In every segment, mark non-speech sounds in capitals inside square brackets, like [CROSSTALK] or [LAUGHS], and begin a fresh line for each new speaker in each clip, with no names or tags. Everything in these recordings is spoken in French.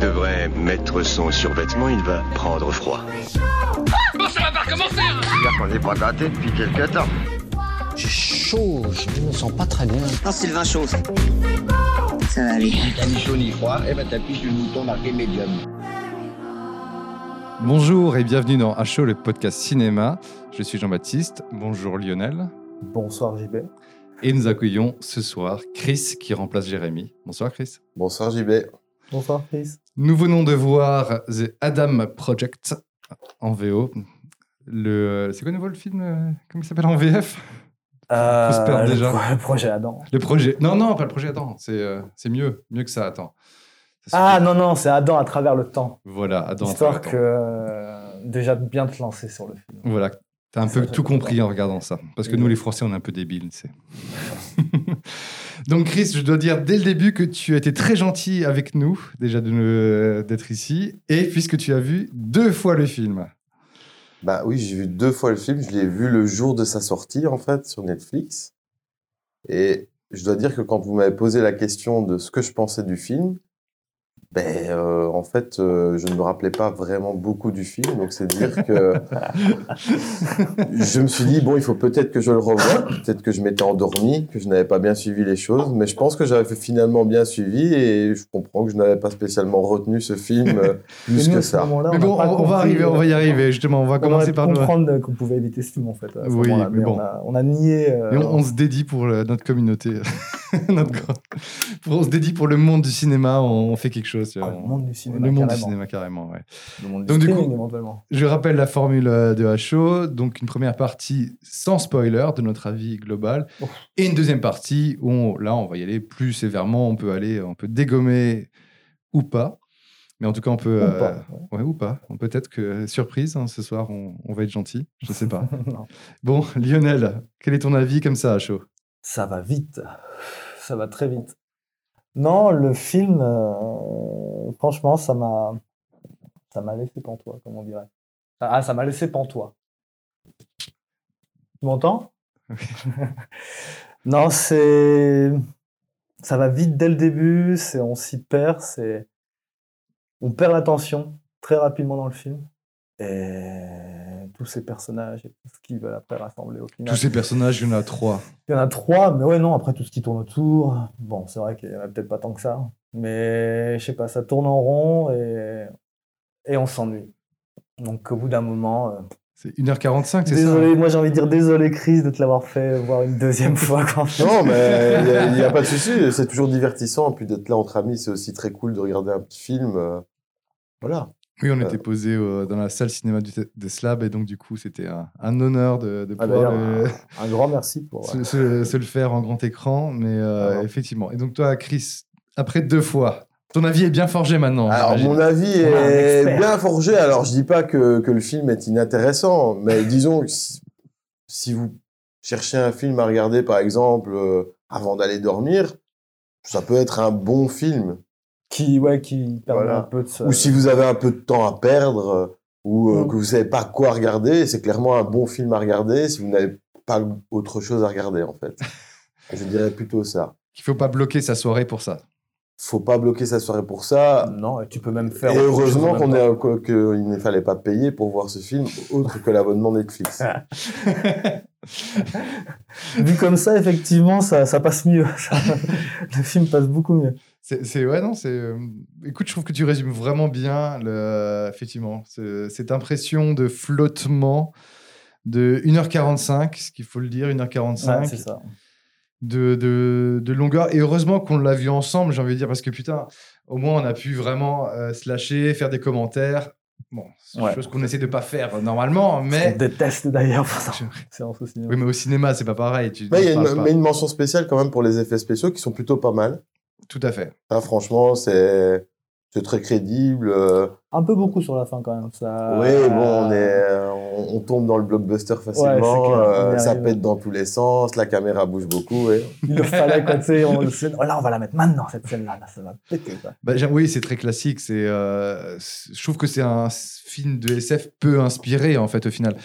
devrait mettre son survêtement, il va prendre froid.
Bon, ça va pas recommencer, hein
J'espère qu'on n'est pas gratté depuis quelques temps.
J'ai chaud, je me sens pas très bien.
Non, Sylvain, chaud. Ça va aller.
T'as ni chaud ni froid, et ben t'appuies sur le bouton marqué médium.
Bonjour et bienvenue dans HO, le podcast cinéma. Je suis Jean-Baptiste. Bonjour Lionel.
Bonsoir JB.
Et nous accueillons ce soir Chris qui remplace Jérémy. Bonsoir Chris.
Bonsoir JB.
Bonsoir Chris.
Nous venons de voir The Adam Project en VO. Le... C'est quoi nouveau le film euh, Comment il s'appelle en VF
Euh,
Faut se perdre déjà.
Le, pro- le projet Adam.
Le projet. Non, non, pas le projet. Attends, c'est euh, c'est mieux. Mieux que ça. Attends. Ça
Ah
suffit.
non, non, c'est Adam à travers le temps.
Voilà, attends.
histoire
attends,
que. euh, déjà de bien te lancer sur le film.
attends. Voilà, t'as un
Ça,
peu
je
tout
comprends.
compris en regardant ça. Parce que nous, les Français, on est un peu débiles, tu sais. [LAUGHS] Donc, Chris, je dois dire dès le début que tu as été très gentil avec nous, déjà de nous- d'être ici, et puisque tu as vu deux fois le film.
Bah oui, j'ai vu deux fois le film. Je l'ai vu le jour de sa sortie, en fait, sur Netflix. Et je dois dire que quand vous m'avez posé la question de ce que je pensais du film, ben, euh, en fait, euh, je ne me rappelais pas vraiment beaucoup du film. Donc, c'est dire que je me suis dit, bon, il faut peut-être que je le revoie. Peut-être que je m'étais endormi, que je n'avais pas bien suivi les choses. Mais je pense que j'avais finalement bien suivi et je comprends que je n'avais pas spécialement retenu ce film euh, plus
Et nous, à
que
ce
ça.
moment-là,
Mais
n'a
bon,
pas
on, on va
compris, euh,
arriver, on va y arriver, justement. On va
On
commencer par
va
nous.
comprendre qu'on pouvait éviter ce film en fait. à ce
Oui,
moment-là,
mais bon.
On a, on a nié. euh,
Et on, on se dédie pour euh, notre communauté. [LAUGHS] notre grand- pour- on se dédie pour le monde du cinéma, on, on fait quelque chose. tu vois.
ah, le monde du cinéma.
le monde du
carrément.
cinéma, carrément, ouais.
Le monde
Donc, du
streaming,
coup-
éventuellement.
Je rappelle la formule euh, de HO, donc une première partie sans spoiler de notre avis global,
Oh.
et une deuxième partie où on- là on va y aller plus sévèrement, on peut aller, on peut dégommer ou pas, mais en tout cas on peut,
Ou
euh,
pas,
ouais, ou pas. On- Peut-être que surprise hein, ce soir on, on va être gentil, je ne sais pas.
[LAUGHS] Non.
bon Lionel, quel est ton avis comme ça HO
Ça va vite. Ça va très vite. Non, le film, euh, franchement, ça m'a, ça m'a laissé pantois, comme on dirait. Ah, ça m'a laissé pantois. Tu m'entends Non, c'est, ça va vite dès le début. C'est, on s'y perd. C'est, on perd l'attention très rapidement dans le film. Et tous ces personnages et tout ce qu'ils veulent après rassembler au final.
Tous ces personnages, il y en a trois.
Il y en a trois, mais ouais, non, après tout ce qui tourne autour, bon, c'est vrai qu'il y en a peut-être pas tant que ça, mais je sais pas, ça tourne en rond et, et on s'ennuie. Donc au bout d'un moment, euh,
C'est 1h45, c'est ça hein?
désolé, moi j'ai envie de dire désolé Chris de te l'avoir fait voir une deuxième [LAUGHS] fois quand
Non, mais il n'y a, pas de souci. C'est toujours divertissant. Puis d'être là entre amis, c'est aussi très cool de regarder un petit film. euh, Voilà.
Oui, on était posé euh, dans la salle cinéma du- des Slabs, et donc du coup c'était un, un honneur de, de
Ah, d'ailleurs,
pouvoir... le-
Un grand merci pour.
se, se- se le faire en grand écran, mais euh,
Ah.
effectivement. Et donc toi, Chris, après deux fois, ton avis est bien forgé maintenant.
Alors,
j'imagine.
mon avis
On a un
est
expert.
bien forgé. Alors, je dis pas que, que le film est inintéressant, mais disons que si, si vous cherchez un film à regarder, par exemple, euh, avant d'aller dormir, ça peut être un bon film.
Qui, ouais, qui permet
Voilà.
un peu de se.
Ou si vous avez un peu de temps à perdre, euh, ou euh,
Mm.
que vous savez pas quoi regarder, c'est clairement un bon film à regarder si vous n'avez pas autre chose à regarder, en
[LAUGHS]
fait. Je dirais plutôt ça.
Qu'il faut pas bloquer sa soirée pour ça.
Faut pas bloquer sa soirée pour ça.
Non, et tu peux même
Et
faire. autre chose en
heureusement
même
qu'on
temps.
est, que- qu'il ne fallait pas payer pour voir ce film autre que l'abonnement
[LAUGHS]
Netflix.
Ah, Vu comme ça, effectivement, ça, ça passe mieux. [LAUGHS] le film passe beaucoup mieux.
C'est, c'est- ouais non, c'est. euh, écoute, je trouve que tu résumes vraiment bien le, effectivement ce- cette impression de flottement de 1h45, ce qu'il faut le dire, 1h45.
Ouais, c'est ça.
de, de, de longueur. Et heureusement qu'on l'a vu ensemble, j'ai envie de dire, parce que putain, au moins on a pu vraiment euh, se lâcher, faire des commentaires. Bon, c'est
Ouais.
chose qu'on essaie de pas faire euh, normalement,
On
mais.
déteste d'ailleurs pour ça.
Je-
Séance au cinéma.
Oui, mais au cinéma, c'est pas pareil. Tu,
Mais il y a
tu parles
une,
pas.
mais une mention spéciale quand même pour les effets spéciaux qui sont plutôt pas mal.
Tout à fait.
Ça, franchement, c'est c'est très crédible. euh,
Un peu beaucoup sur la fin quand même. Ça...
Oui, bon, on, est, on, on tombe dans le blockbuster facilement,
clair, on
euh,
y
ça
arrive.
pète dans tous les sens, la caméra bouge beaucoup. ouais.
[LAUGHS] Il le fallait quoi, tu sais. On...
[LAUGHS]
le sait. Oh là, on va la mettre maintenant cette scène-là. Là, ça va péter quoi.
Bah, j'aime- oui, c'est très classique. C'est, euh, c'est- je trouve que c'est un s- film de SF peu inspiré, en fait, au final.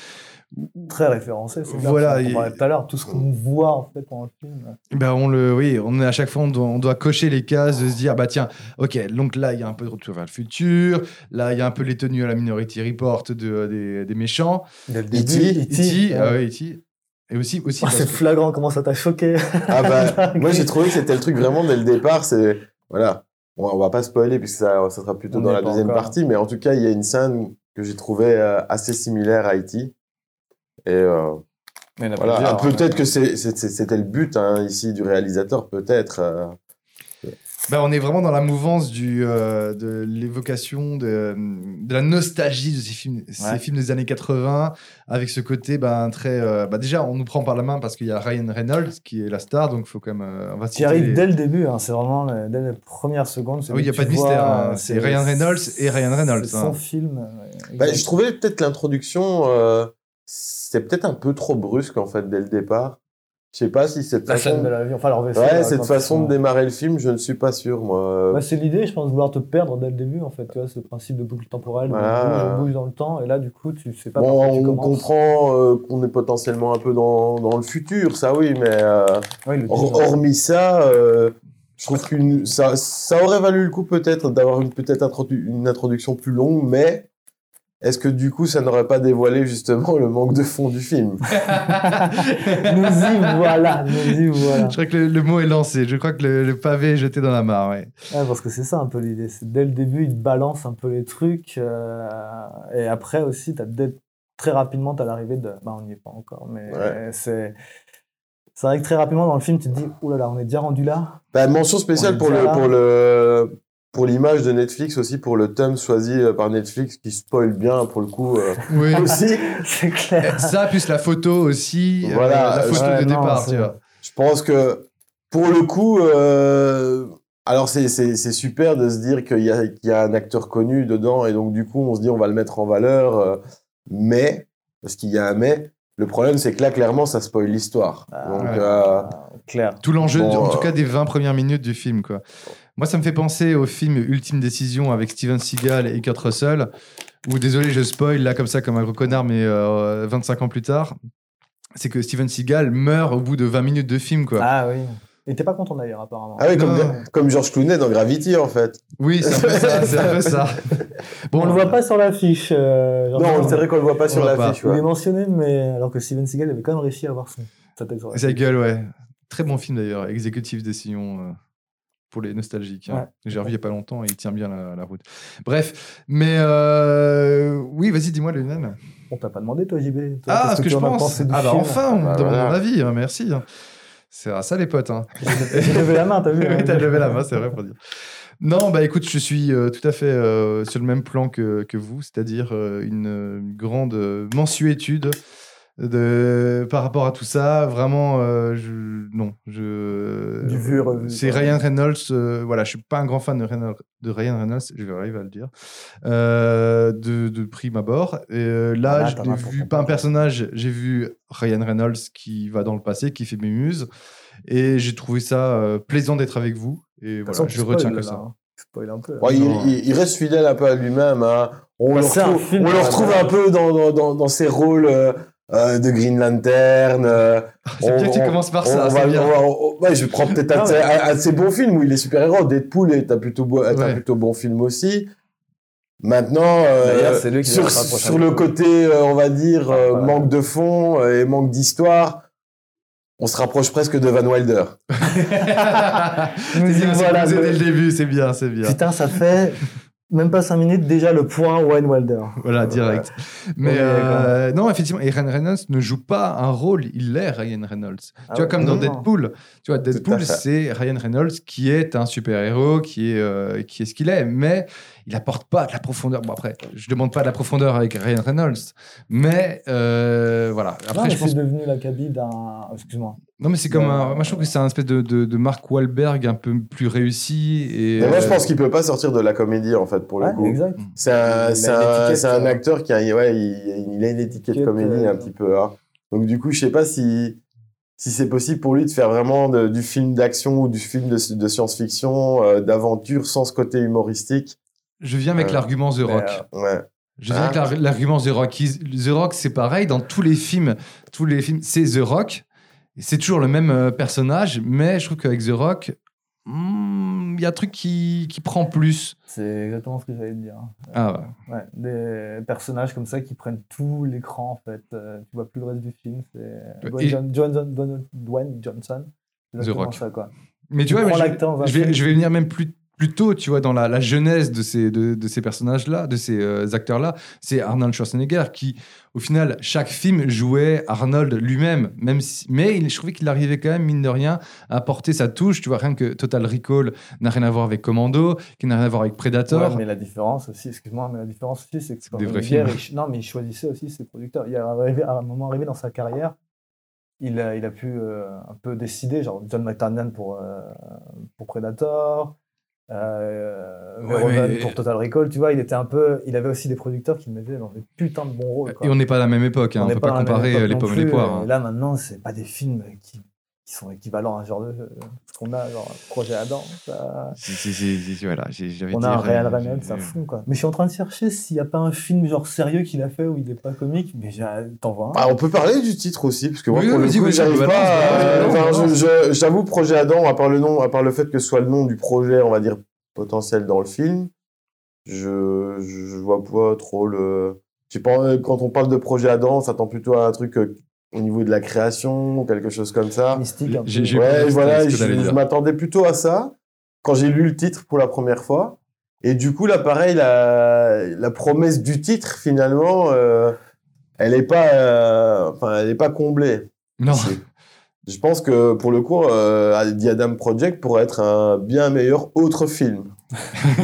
très référencé. C'est clair,
Voilà,
parce qu'on
et-
parlait tout à l'heure, tout ce qu'on voit en fait pendant le film.
Ben on le, oui, on est à chaque fois, on doit, on doit cocher les cases de se dire, bah tiens, ok, donc là il y a un peu de retour vers le futur, là il y a un peu les tenues à la Minority Report de, des, des méchants,
Dès le
E.T.,
début,
E.T.,
E.T.,
ah
euh,
ouais, E.T.. et aussi, aussi
[LAUGHS] oh,
parce
c'est
que-
flagrant comment ça t'a choqué.
Ah
[LAUGHS]
bah, moi j'ai trouvé que c'était le truc vraiment dès le départ, c'est voilà, on, on va pas spoiler puisque ça, ça sera plutôt
On
dans
n'est
la
pas
deuxième
encore.
partie, mais en tout cas il y a une scène que j'ai trouvée euh, assez similaire à E.T. Et euh, voilà, Ah, peut-être
hein.
que c'est- c'est- c'est- c'était le but hein, ici du réalisateur, peut-être. euh,
ben, on est vraiment dans la mouvance du, euh, de l'évocation de, de la nostalgie de ces films, ces
Ouais.
films des années 80, avec ce côté ben, très. euh, bah, déjà, on nous prend par la main parce qu'il y a Ryan Reynolds qui est la star, donc faut quand même. euh, on va
Tu y
citer
arrives
les-
dès le début, hein, c'est vraiment le- dès les premières secondes. c'est
Ah oui,
lui
y a
que
pas
tu
de mystère,
vois,
hein, c'est Ryan Reynolds et Ryan Reynolds,
C'est
hein.
son film. ouais,
Bah,
exact.
je trouvais peut-être l'introduction, euh, c'est peut-être un peu trop brusque en fait dès le départ. Je sais pas si cette
la scène
façon,
de la vie, enfin leur vaisseau,
ouais,
là,
cette
quand
façon
ils
de
sont-
démarrer le film, je ne suis pas sûr moi. euh,
Bah, c'est l'idée, je pense, de vouloir te perdre dès le début, en fait. Tu vois, ce principe de boucle temporelle, de
Voilà.
bouge, on bouge dans le temps, et là, du coup, tu sais pas
Bon,
par quoi tu
on
commences.
comprend euh, qu'on est potentiellement un peu dans, dans le futur, ça oui, mais euh,
Ouais, le
hor-
titre,
hormis ça, euh, je trouve que ça, ça aurait valu le coup peut-être d'avoir une peut-être introdu- une introduction plus longue, mais est-ce que du coup ça n'aurait pas dévoilé justement le manque de fond du film
hein. [LAUGHS] nous y voilà, nous y voilà.
[LAUGHS] Je crois que le, le mot est lancé. Je crois que le, le pavé est jeté dans la mare. ouais.
Ouais, parce que c'est ça un peu l'idée. C'est dès le début, ils te balancent un peu les trucs. euh, et après aussi, t'as dès- très rapidement, tu as l'arrivée de. Bah, on n'y est pas encore, mais
Ouais.
c'est. C'est vrai que très rapidement dans le film, tu te dis, oulala, là là, on est déjà rendu là. [LAUGHS]
Bah, Mention spéciale
On
pour
est
le
là.
pour le pour l'image de Netflix aussi pour le thème choisi euh, par Netflix qui spoil bien pour le
[LAUGHS]
coup euh,
Oui.
aussi.
c'est clair.
Ça, plus la photo aussi. euh,
Voilà,
la photo
ouais,
de
non,
départ,
c'est-
tu vois.
Je pense que pour le coup, euh, alors c'est- c'est c'est super de se dire qu'il y, a- qu'il y a un acteur connu dedans et donc du coup on se dit on va le mettre en valeur, euh, mais, parce qu'il y a un mais, le problème c'est que là clairement ça spoil l'histoire.
Ah,
donc
ouais.
euh,
Clair.
Tout l'enjeu,
Bon,
en
euh,
tout cas, des 20 premières minutes du film, quoi. Moi, ça me fait penser au film Ultime Décision avec Steven Seagal et Kurt Russell. Où, désolé, je spoil là comme ça, comme un gros connard, mais euh, 25 ans plus tard, c'est que Steven Seagal meurt au bout de 20 minutes de film, quoi.
Ah oui. Et t'es pas content d'ailleurs, apparemment.
Ah oui, comme,
Non.
comme George Clooney dans Gravity en fait.
Oui, c'est un peu ça. c'est un
[LAUGHS]
peu ça. Bon,
on le voit pas sur l'affiche. euh, genre,
Non, c'est vrai qu'on le voit pas sur
le voit
l'affiche.
Il est
ouais.
mentionné, mais alors que Steven Seagal avait quand même réussi à avoir son. sa tête sur l'affiche.
Sa gueule, ouais. Très bon film d'ailleurs, Executive Decision euh, pour les nostalgiques. hein.
Ouais.
J'ai revu il n'y a pas longtemps et il tient bien la, la route. Bref, mais euh, oui, vas-y, dis-moi, Lionel.
On t'a pas demandé, toi, JB. Toi,
Ah,
qu'est-ce
ce que je
tu en as
pense.
pensé du
Ah, bah
film
enfin, on
Ah,
me
bah,
demande
voilà.
mon avis, hein, merci. C'est à ça, les
[LAUGHS]
potes. hein.
J'ai levé la main, [LAUGHS] t'as vu
[LAUGHS] Oui,
hein.
t'as levé la main, c'est vrai pour dire. Non, bah écoute, je suis euh, tout à fait euh, sur le même plan que, que vous, c'est-à-dire euh, une, euh, une grande euh, mensuétude de, par rapport à tout ça. Vraiment, euh, je, non, je.
Du vu et revu,
C'est
quoi.
Ryan Reynolds. euh, voilà, je suis pas un grand fan de Ryan, de Ryan Reynolds, je vais arriver à le dire, euh, de, de prime abord. Et, euh, là,
Voilà,
je
Ah t'en
n'ai
as pour
vu
ton
pas un
plaisir.
personnage, j'ai vu Ryan Reynolds qui va dans le passé, qui fait mes muses. Et j'ai trouvé ça euh, plaisant d'être avec vous. Et
De toute
voilà,
façon, tu
je retiens
spoil,
que
là,
ça.
[LAUGHS] hein. Tu spoil un peu.
Bon, il,
Non.
il- il reste fidèle un peu à lui-même. hein. On,
Bah,
le
c'est un
retrouve,
film,
on le
quand
retrouve
même.
un peu dans, dans, dans- dans ses rôles euh, euh, de Green Lantern. euh,
C'est bien que tu
on-
commences par
On-
ça.
on
c'est
va-
bien.
[LAUGHS] on va- on- ouais, je prends peut-être un,
Non, mais-
un- un de ses bons films où il est super-héros. Deadpool est un plutôt, beau- est un
Ouais.
plutôt bon film aussi. Maintenant, euh,
D'ailleurs, c'est lui qui
sur,
verra le prochain
sur le
coup.
côté, euh, on va dire, euh,
Ah, Voilà.
manque de fond euh, et manque d'histoire, on se rapproche presque de Van Wilder.
Nous
[LAUGHS] C'est
y
bien, c'est
voilà,
posé
le-
dès le début, c'est bien, c'est bien.
Putain, ça fait même pas 5 minutes déjà le point Wayne Wilder.
Voilà, direct. Mais
Ouais,
euh, non, effectivement, et Ryan Reynolds ne joue pas un rôle, il est Ryan Reynolds.
Ah
tu vois,
ouais,
comme dans
non, non.
Deadpool. Tu vois, Deadpool,
fait.
c'est Ryan Reynolds qui est un super-héros, qui, est euh, qui est ce qu'il est, mais il apporte pas de la profondeur. Bon, après, je demande pas de la profondeur avec Ryan Reynolds, mais euh, voilà. Après,
Non, mais
je pense
c'est devenu la cabine d'un. Excuse-moi.
Non, mais c'est comme
Euh,
un. Moi, je trouve que c'est un espèce de, de, de Mark Wahlberg un peu plus réussi. Et,
Mais moi, je
euh,
pense qu'il peut pas sortir de la comédie, en fait, pour le
Ouais,
coup.
exact.
C'est un,
Il a
c'est
une
un-
étiquette,
c'est un
euh,
acteur qui a, ouais, il, il a une étiquette
étiquette,
comédie
euh,
un petit peu. hein. Donc du coup, je sais pas si, si c'est possible pour lui de faire vraiment de- du film d'action ou du film de, de science-fiction, euh, d'aventure, sans ce côté humoristique.
Je viens avec
Euh,
l'argument The Rock.
euh,
Ouais.
Je dirais
Ah.
que l'ar- l'argument The Rock, il- The Rock, c'est pareil dans tous les films. Tous les films, c'est The Rock. Et C'est toujours le même euh, personnage, mais je trouve qu'avec The Rock, hmm, il y a un truc qui, qui prend plus.
C'est exactement ce que j'allais te dire. hein.
Ah, ouais.
Ouais, des personnages comme ça qui prennent tout l'écran en fait. Euh, tu vois plus le reste du film. C'est Dwayne,
Et-
John- Johnson- Don- Dwayne Johnson. C'est
The
exactement
Rock.
ça, quoi.
Mais tu
Tu
vois,
prends
mais
l'acteur dans un
je, je vais,
film.
je vais venir même plus, plus tôt, tu vois, dans la, la jeunesse de ces, de, de ces personnages-là, de ces euh, acteurs-là. C'est Arnold Schwarzenegger qui, au final, chaque film jouait Arnold lui-même. Même si, mais il, je trouvais qu'il arrivait quand même, mine de rien, à porter sa touche. Tu vois, rien que Total Recall n'a rien à voir avec Commando, qui n'a rien à voir avec Predator.
Ouais, mais la différence aussi, excuse-moi, mais la différence aussi, c'est que
C'est
quand
des vrais
Olivier,
films.
il ch- non, mais il choisissait aussi ses producteurs. Il est arrivé, à un moment arrivé dans sa carrière, il a, il a pu euh, un peu décider, genre John McTiernan pour, euh, pour Predator, euh,
Ouais,
Verhoeven
mais-
pour Total Recall, tu vois, il était un peu, il avait aussi des producteurs qui le mettaient dans des putains de bons rôles. quoi.
Et on n'est pas à la même époque, hein, on ne
n'est
peut pas,
dans la même
comparer
époque
euh, les
non
pommes et les
plus,
poires.
euh,
hein.
Là maintenant, c'est pas des films qui, qui sont équivalents à ce genre de euh, ce qu'on a, genre Projet Adam. ça-
Si, si, si, si, si, voilà, j'ai- j'avais
on a un
dit,
Real
euh,
Reynolds,
j'ai-
ça fond quoi. Mais je suis en train de chercher s'il n'y a pas un film genre sérieux qu'il a fait où il n'est pas comique, mais j'ai- t'en vois un.
Bah, on peut parler du titre aussi, parce que moi,
Oui,
pour
oui,
le
vas-y,
coup,
vas-y,
j'arrive
balance,
pas. à-
balance, balance,
enfin,
balance.
je- je- J'avoue, projet Adam, à part le nom, à part le fait que ce soit le nom du projet, on va dire potentiel dans le film, je je vois pas trop le. J'ai pas euh, quand on parle de projet Adam, on s'attend plutôt à un truc euh, au niveau de la création, ou quelque chose comme ça.
Mystique. un peu.
J'ai- j'ai- pas
Ouais,
vu ce que
voilà, je,
t'allais
je
dire.
m'attendais plutôt à ça quand j'ai lu le titre pour la première fois. Et du coup, là, pareil, la, la promesse du titre, finalement, euh, elle n'est pas, euh, enfin, elle est pas comblée.
euh,
Non,
C'est- Je pense que pour le coup, euh, The Adam Project pourrait être un bien meilleur autre film.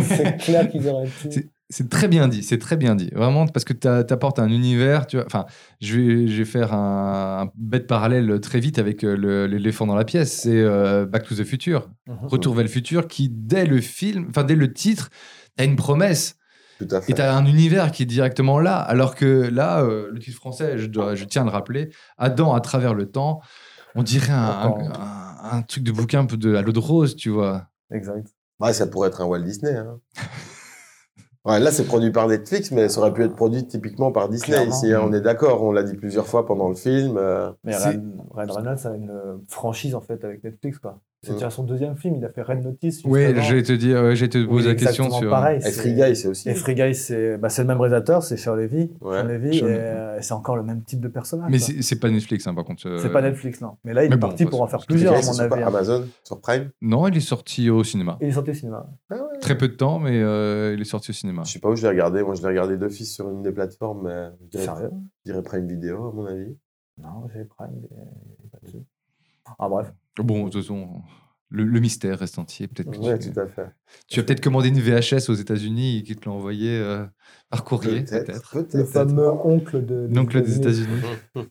C'est clair qu'ils auraient pu.
C'est très bien dit, c'est très bien dit. Vraiment, parce que t'a- t'apportes un univers. Tu vois, enfin, je vais, je vais faire un, un bête parallèle très vite avec euh, le- l'éléphant dans la pièce. C'est euh, Back to the Future,
Mhm.
Retour vers le futur, qui dès le film, enfin dès le titre, a une promesse.
Tout à fait.
Et t'as un univers qui est directement là, alors que là, euh, le titre français, je, dois- je tiens à le rappeler, Adam à travers le temps, on dirait un,
Encore.
un- un truc de bouquin un peu de à l'eau de rose, tu vois.
Exact.
Ouais, ça pourrait être un Walt Disney. hein. Ouais, là, c'est produit par Netflix, mais ça aurait pu être produit typiquement par Disney.
Clairement.
ici, hein, on est d'accord, on l'a dit plusieurs fois pendant le film. euh,
Mais
C'est-
Red Reynolds a une euh, franchise en fait avec Netflix quoi. C'est
Ouais.
déjà son deuxième film, il a fait Red Notice. juste
Oui,
avant.
j'ai te dire, ouais, j'allais te
Oui,
poser la question
exactement
sur.
Pareil,
Et
c'est-
Free Guy, c'est aussi.
Et Free Guy, c'est bah, c'est le même réalisateur, c'est Sean Levy.
Ouais,
Sean Levy,
Sean
et,
Levy.
euh, c'est encore le même type de personnage.
Mais
quoi.
c'est c'est pas Netflix, hein, par contre. euh,
Ah, bah. C'est pas Netflix, non. Mais là, il
mais
est
bon,
parti
bah,
pour en
c'est-
faire
c'est
plusieurs, à
Free Guy,
mon
c'est sur
avis. hein.
Amazon, sur Prime.
Non, il est sorti au cinéma.
Il est sorti au cinéma.
Très peu de temps, mais euh, il est sorti au cinéma.
Je sais pas où je l'ai regardé. Moi, je l'ai regardé d'office sur une des plateformes. mais je dirais,
Sérieux
je dirais Prime Vidéo, à mon avis.
Non, j'ai Prime, mais il est pas dessus. Ah bref,
Bon, de toute façon, le, le mystère reste entier. Peut-être que
Ouais,
tu,
tout à fait.
tu as peut-être commandé une VHS aux États-Unis et qu'ils te l'ont envoyé euh, par courrier, peut-être.
le
Peut-être.
fameux oncle de, des
Donc, là, des États-Unis. [LAUGHS]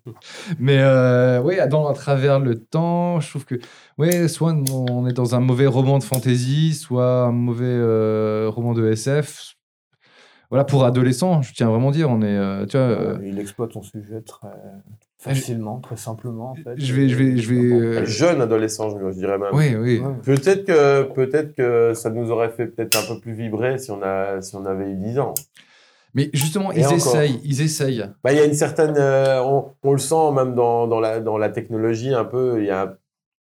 mais euh, oui, Adam à travers le temps, je trouve que ouais, soit on est dans un mauvais roman de fantasy, soit un mauvais euh, roman de SF. Voilà, pour adolescents, je tiens à vraiment dire, on est, euh, tu vois, euh, Ah,
Il exploite son sujet très facilement, très simplement. En fait.
je vais, je vais, je vais. euh,
Jeune adolescent, je je dirais même.
Oui, oui.
Ouais.
Peut-être que, peut-être que ça nous aurait fait peut-être un peu plus vibrer si on, a, si on avait eu 10 ans.
Mais justement,
Et
ils
encore.
essayent, ils essayent.
Bah, il y a une certaine, euh, on, on le sent même dans, dans, la, dans la technologie un peu. Il y a,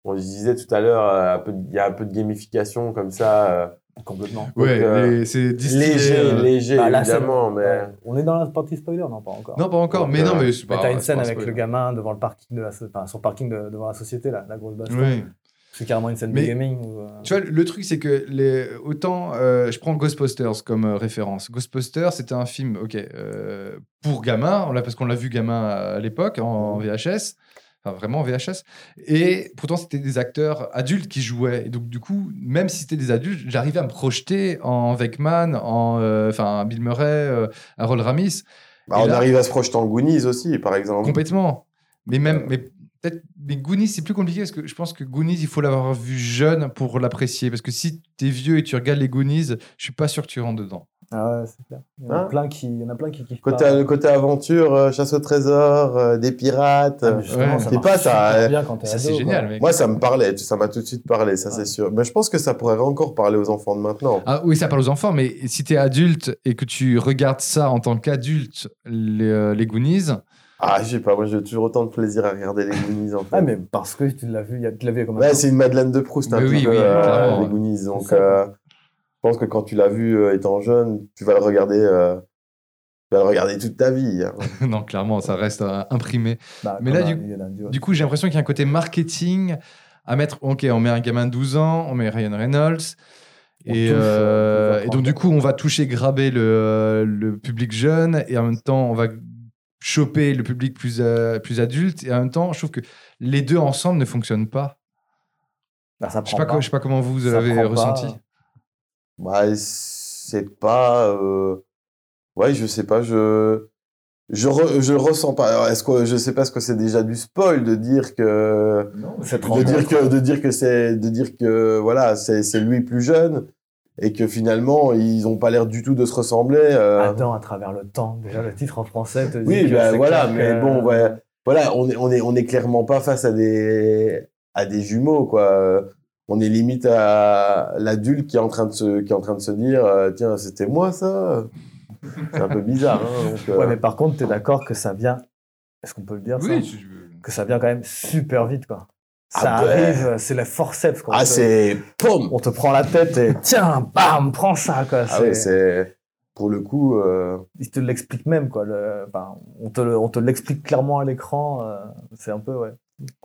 on le disait tout à l'heure, euh, un peu de- il y a un peu de gamification comme ça, euh,
Complètement.
Ouais,
euh,
mais c'est distillé,
léger,
euh,
léger
Bah, là, c'est-
évidemment, mais
Ouais. On est dans la partie spoiler, non pas encore.
Non, pas encore.
Donc,
Mais
euh,
non, mais c'est
Mais
pas.
t'as une
c'est
scène
pas un
avec
spoil.
le gamin devant le parking de la, so- enfin, son parking de- devant la société, là, la grosse baston.
Oui.
C'est carrément une scène
Mais-
de gaming. où, euh,
Tu vois, le truc, c'est que les... autant euh, je prends Ghostbusters comme euh, référence. Ghostbusters, c'était un film, ok, euh, pour gamin, on l'a- parce qu'on l'a vu gamin à, à l'époque, en, en VHS, enfin vraiment en VHS. Et pourtant, c'était des acteurs adultes qui jouaient. Et donc, du coup, même si c'était des adultes, j'arrivais à me projeter en Veckman, en euh, enfin Bill Murray, euh, Harold Ramis.
Bah,
Et
on
là-
arrive à se projeter en Goonies aussi, par
Hum.
exemple.
Complètement. Mais
Euh.
même, mais peut-être, mais Goonies, c'est plus compliqué parce que je pense que Goonies, il faut l'avoir vu jeune pour l'apprécier. Parce que si t'es vieux et tu regardes les Goonies, je suis pas sûr que tu rentres dedans.
Ah ouais, c'est clair. Il y en a
Hein
plein qui, il y en a plein qui kiffent
Côté,
pas. Ah,
le côté aventure, euh, chasse au trésor, euh, des pirates.
Ah, mais
euh,
justement,
Ouais.
ça
C'est
marche
pas ça,
super
euh,
bien quand t'es
Ça,
ado,
c'est
quoi.
génial, mec.
moi, ça me parlait, ça m'a tout de suite parlé, ça c'est
Ouais.
sûr. Mais je pense que ça pourrait encore parler aux enfants de maintenant.
Ah oui, ça parle aux enfants, mais si t'es adulte et que tu regardes ça en tant qu'adulte, les, euh, les Goonies, [LAUGHS]
Ah, je sais pas, moi j'ai toujours autant de plaisir à regarder les Goonies en fait.
Ah, mais parce que tu l'as vu, il y a- tu l'as vu comme
Ouais, c'est une Madeleine de Proust, un
Mais
petit
oui,
peu,
oui,
euh,
clairement,
les
ouais.
Goonies. Donc,
ça.
euh, je pense que quand tu l'as vu euh, étant jeune, tu vas le regarder, euh, tu vas le regarder toute ta vie. hein.
non, clairement, ça reste euh, imprimé.
Bah,
Mais là, du- Du coup, j'ai l'impression qu'il y a un côté marketing à mettre. Ok, on met un gamin de 12 ans, on met Ryan Reynolds.
On
Et,
touche,
euh,
on touche
et donc,
l'enfant.
du coup, on va toucher, graber le, le public jeune et en même temps, on va choper le public plus, euh, plus adulte. Et en même temps, je trouve que les deux ensemble ne fonctionnent pas.
Bah, ça
Je sais pas, co- je sais pas comment vous
Ça
l'avez
prend pas.
ressenti.
Bah, c'est pas. euh, Ouais, je sais pas, je. Je, re- je le ressens pas. Alors, Est-ce que je sais pas ce que c'est déjà du spoil de dire que
Cette
de dire que de dire que c'est de dire que voilà c'est c'est lui plus jeune et que finalement ils ont pas l'air du tout de se ressembler. euh.
Adam à travers le temps. Déjà, le titre en français te dit
Oui,
que
bah,
c'est
voilà,
clair
mais
que-
bon, ouais. voilà, on est, on est, on est clairement pas face à des, à des jumeaux, quoi. Euh, On est limite à l'adulte qui est en train de se, qui est en train de se dire, euh, tiens, c'était moi, ça. C'est un peu bizarre,
[LAUGHS]
hein, donc, euh,
Ouais, mais par contre, t'es d'accord que ça vient. Est-ce qu'on peut le dire ça
si tu veux.
Que ça vient quand même super vite, quoi.
Ah
Ça
ben.
arrive, c'est la forceps. Quoi. On
Ah,
te-
c'est, pom!
On te prend la tête et tiens, bam, prends ça, quoi.
Ah
C'est-
ouais, c'est, pour le coup, euh,
Ils te l'expliquent même, quoi. Le... enfin, on te, le- on te l'explique clairement à l'écran. euh, C'est un peu, ouais.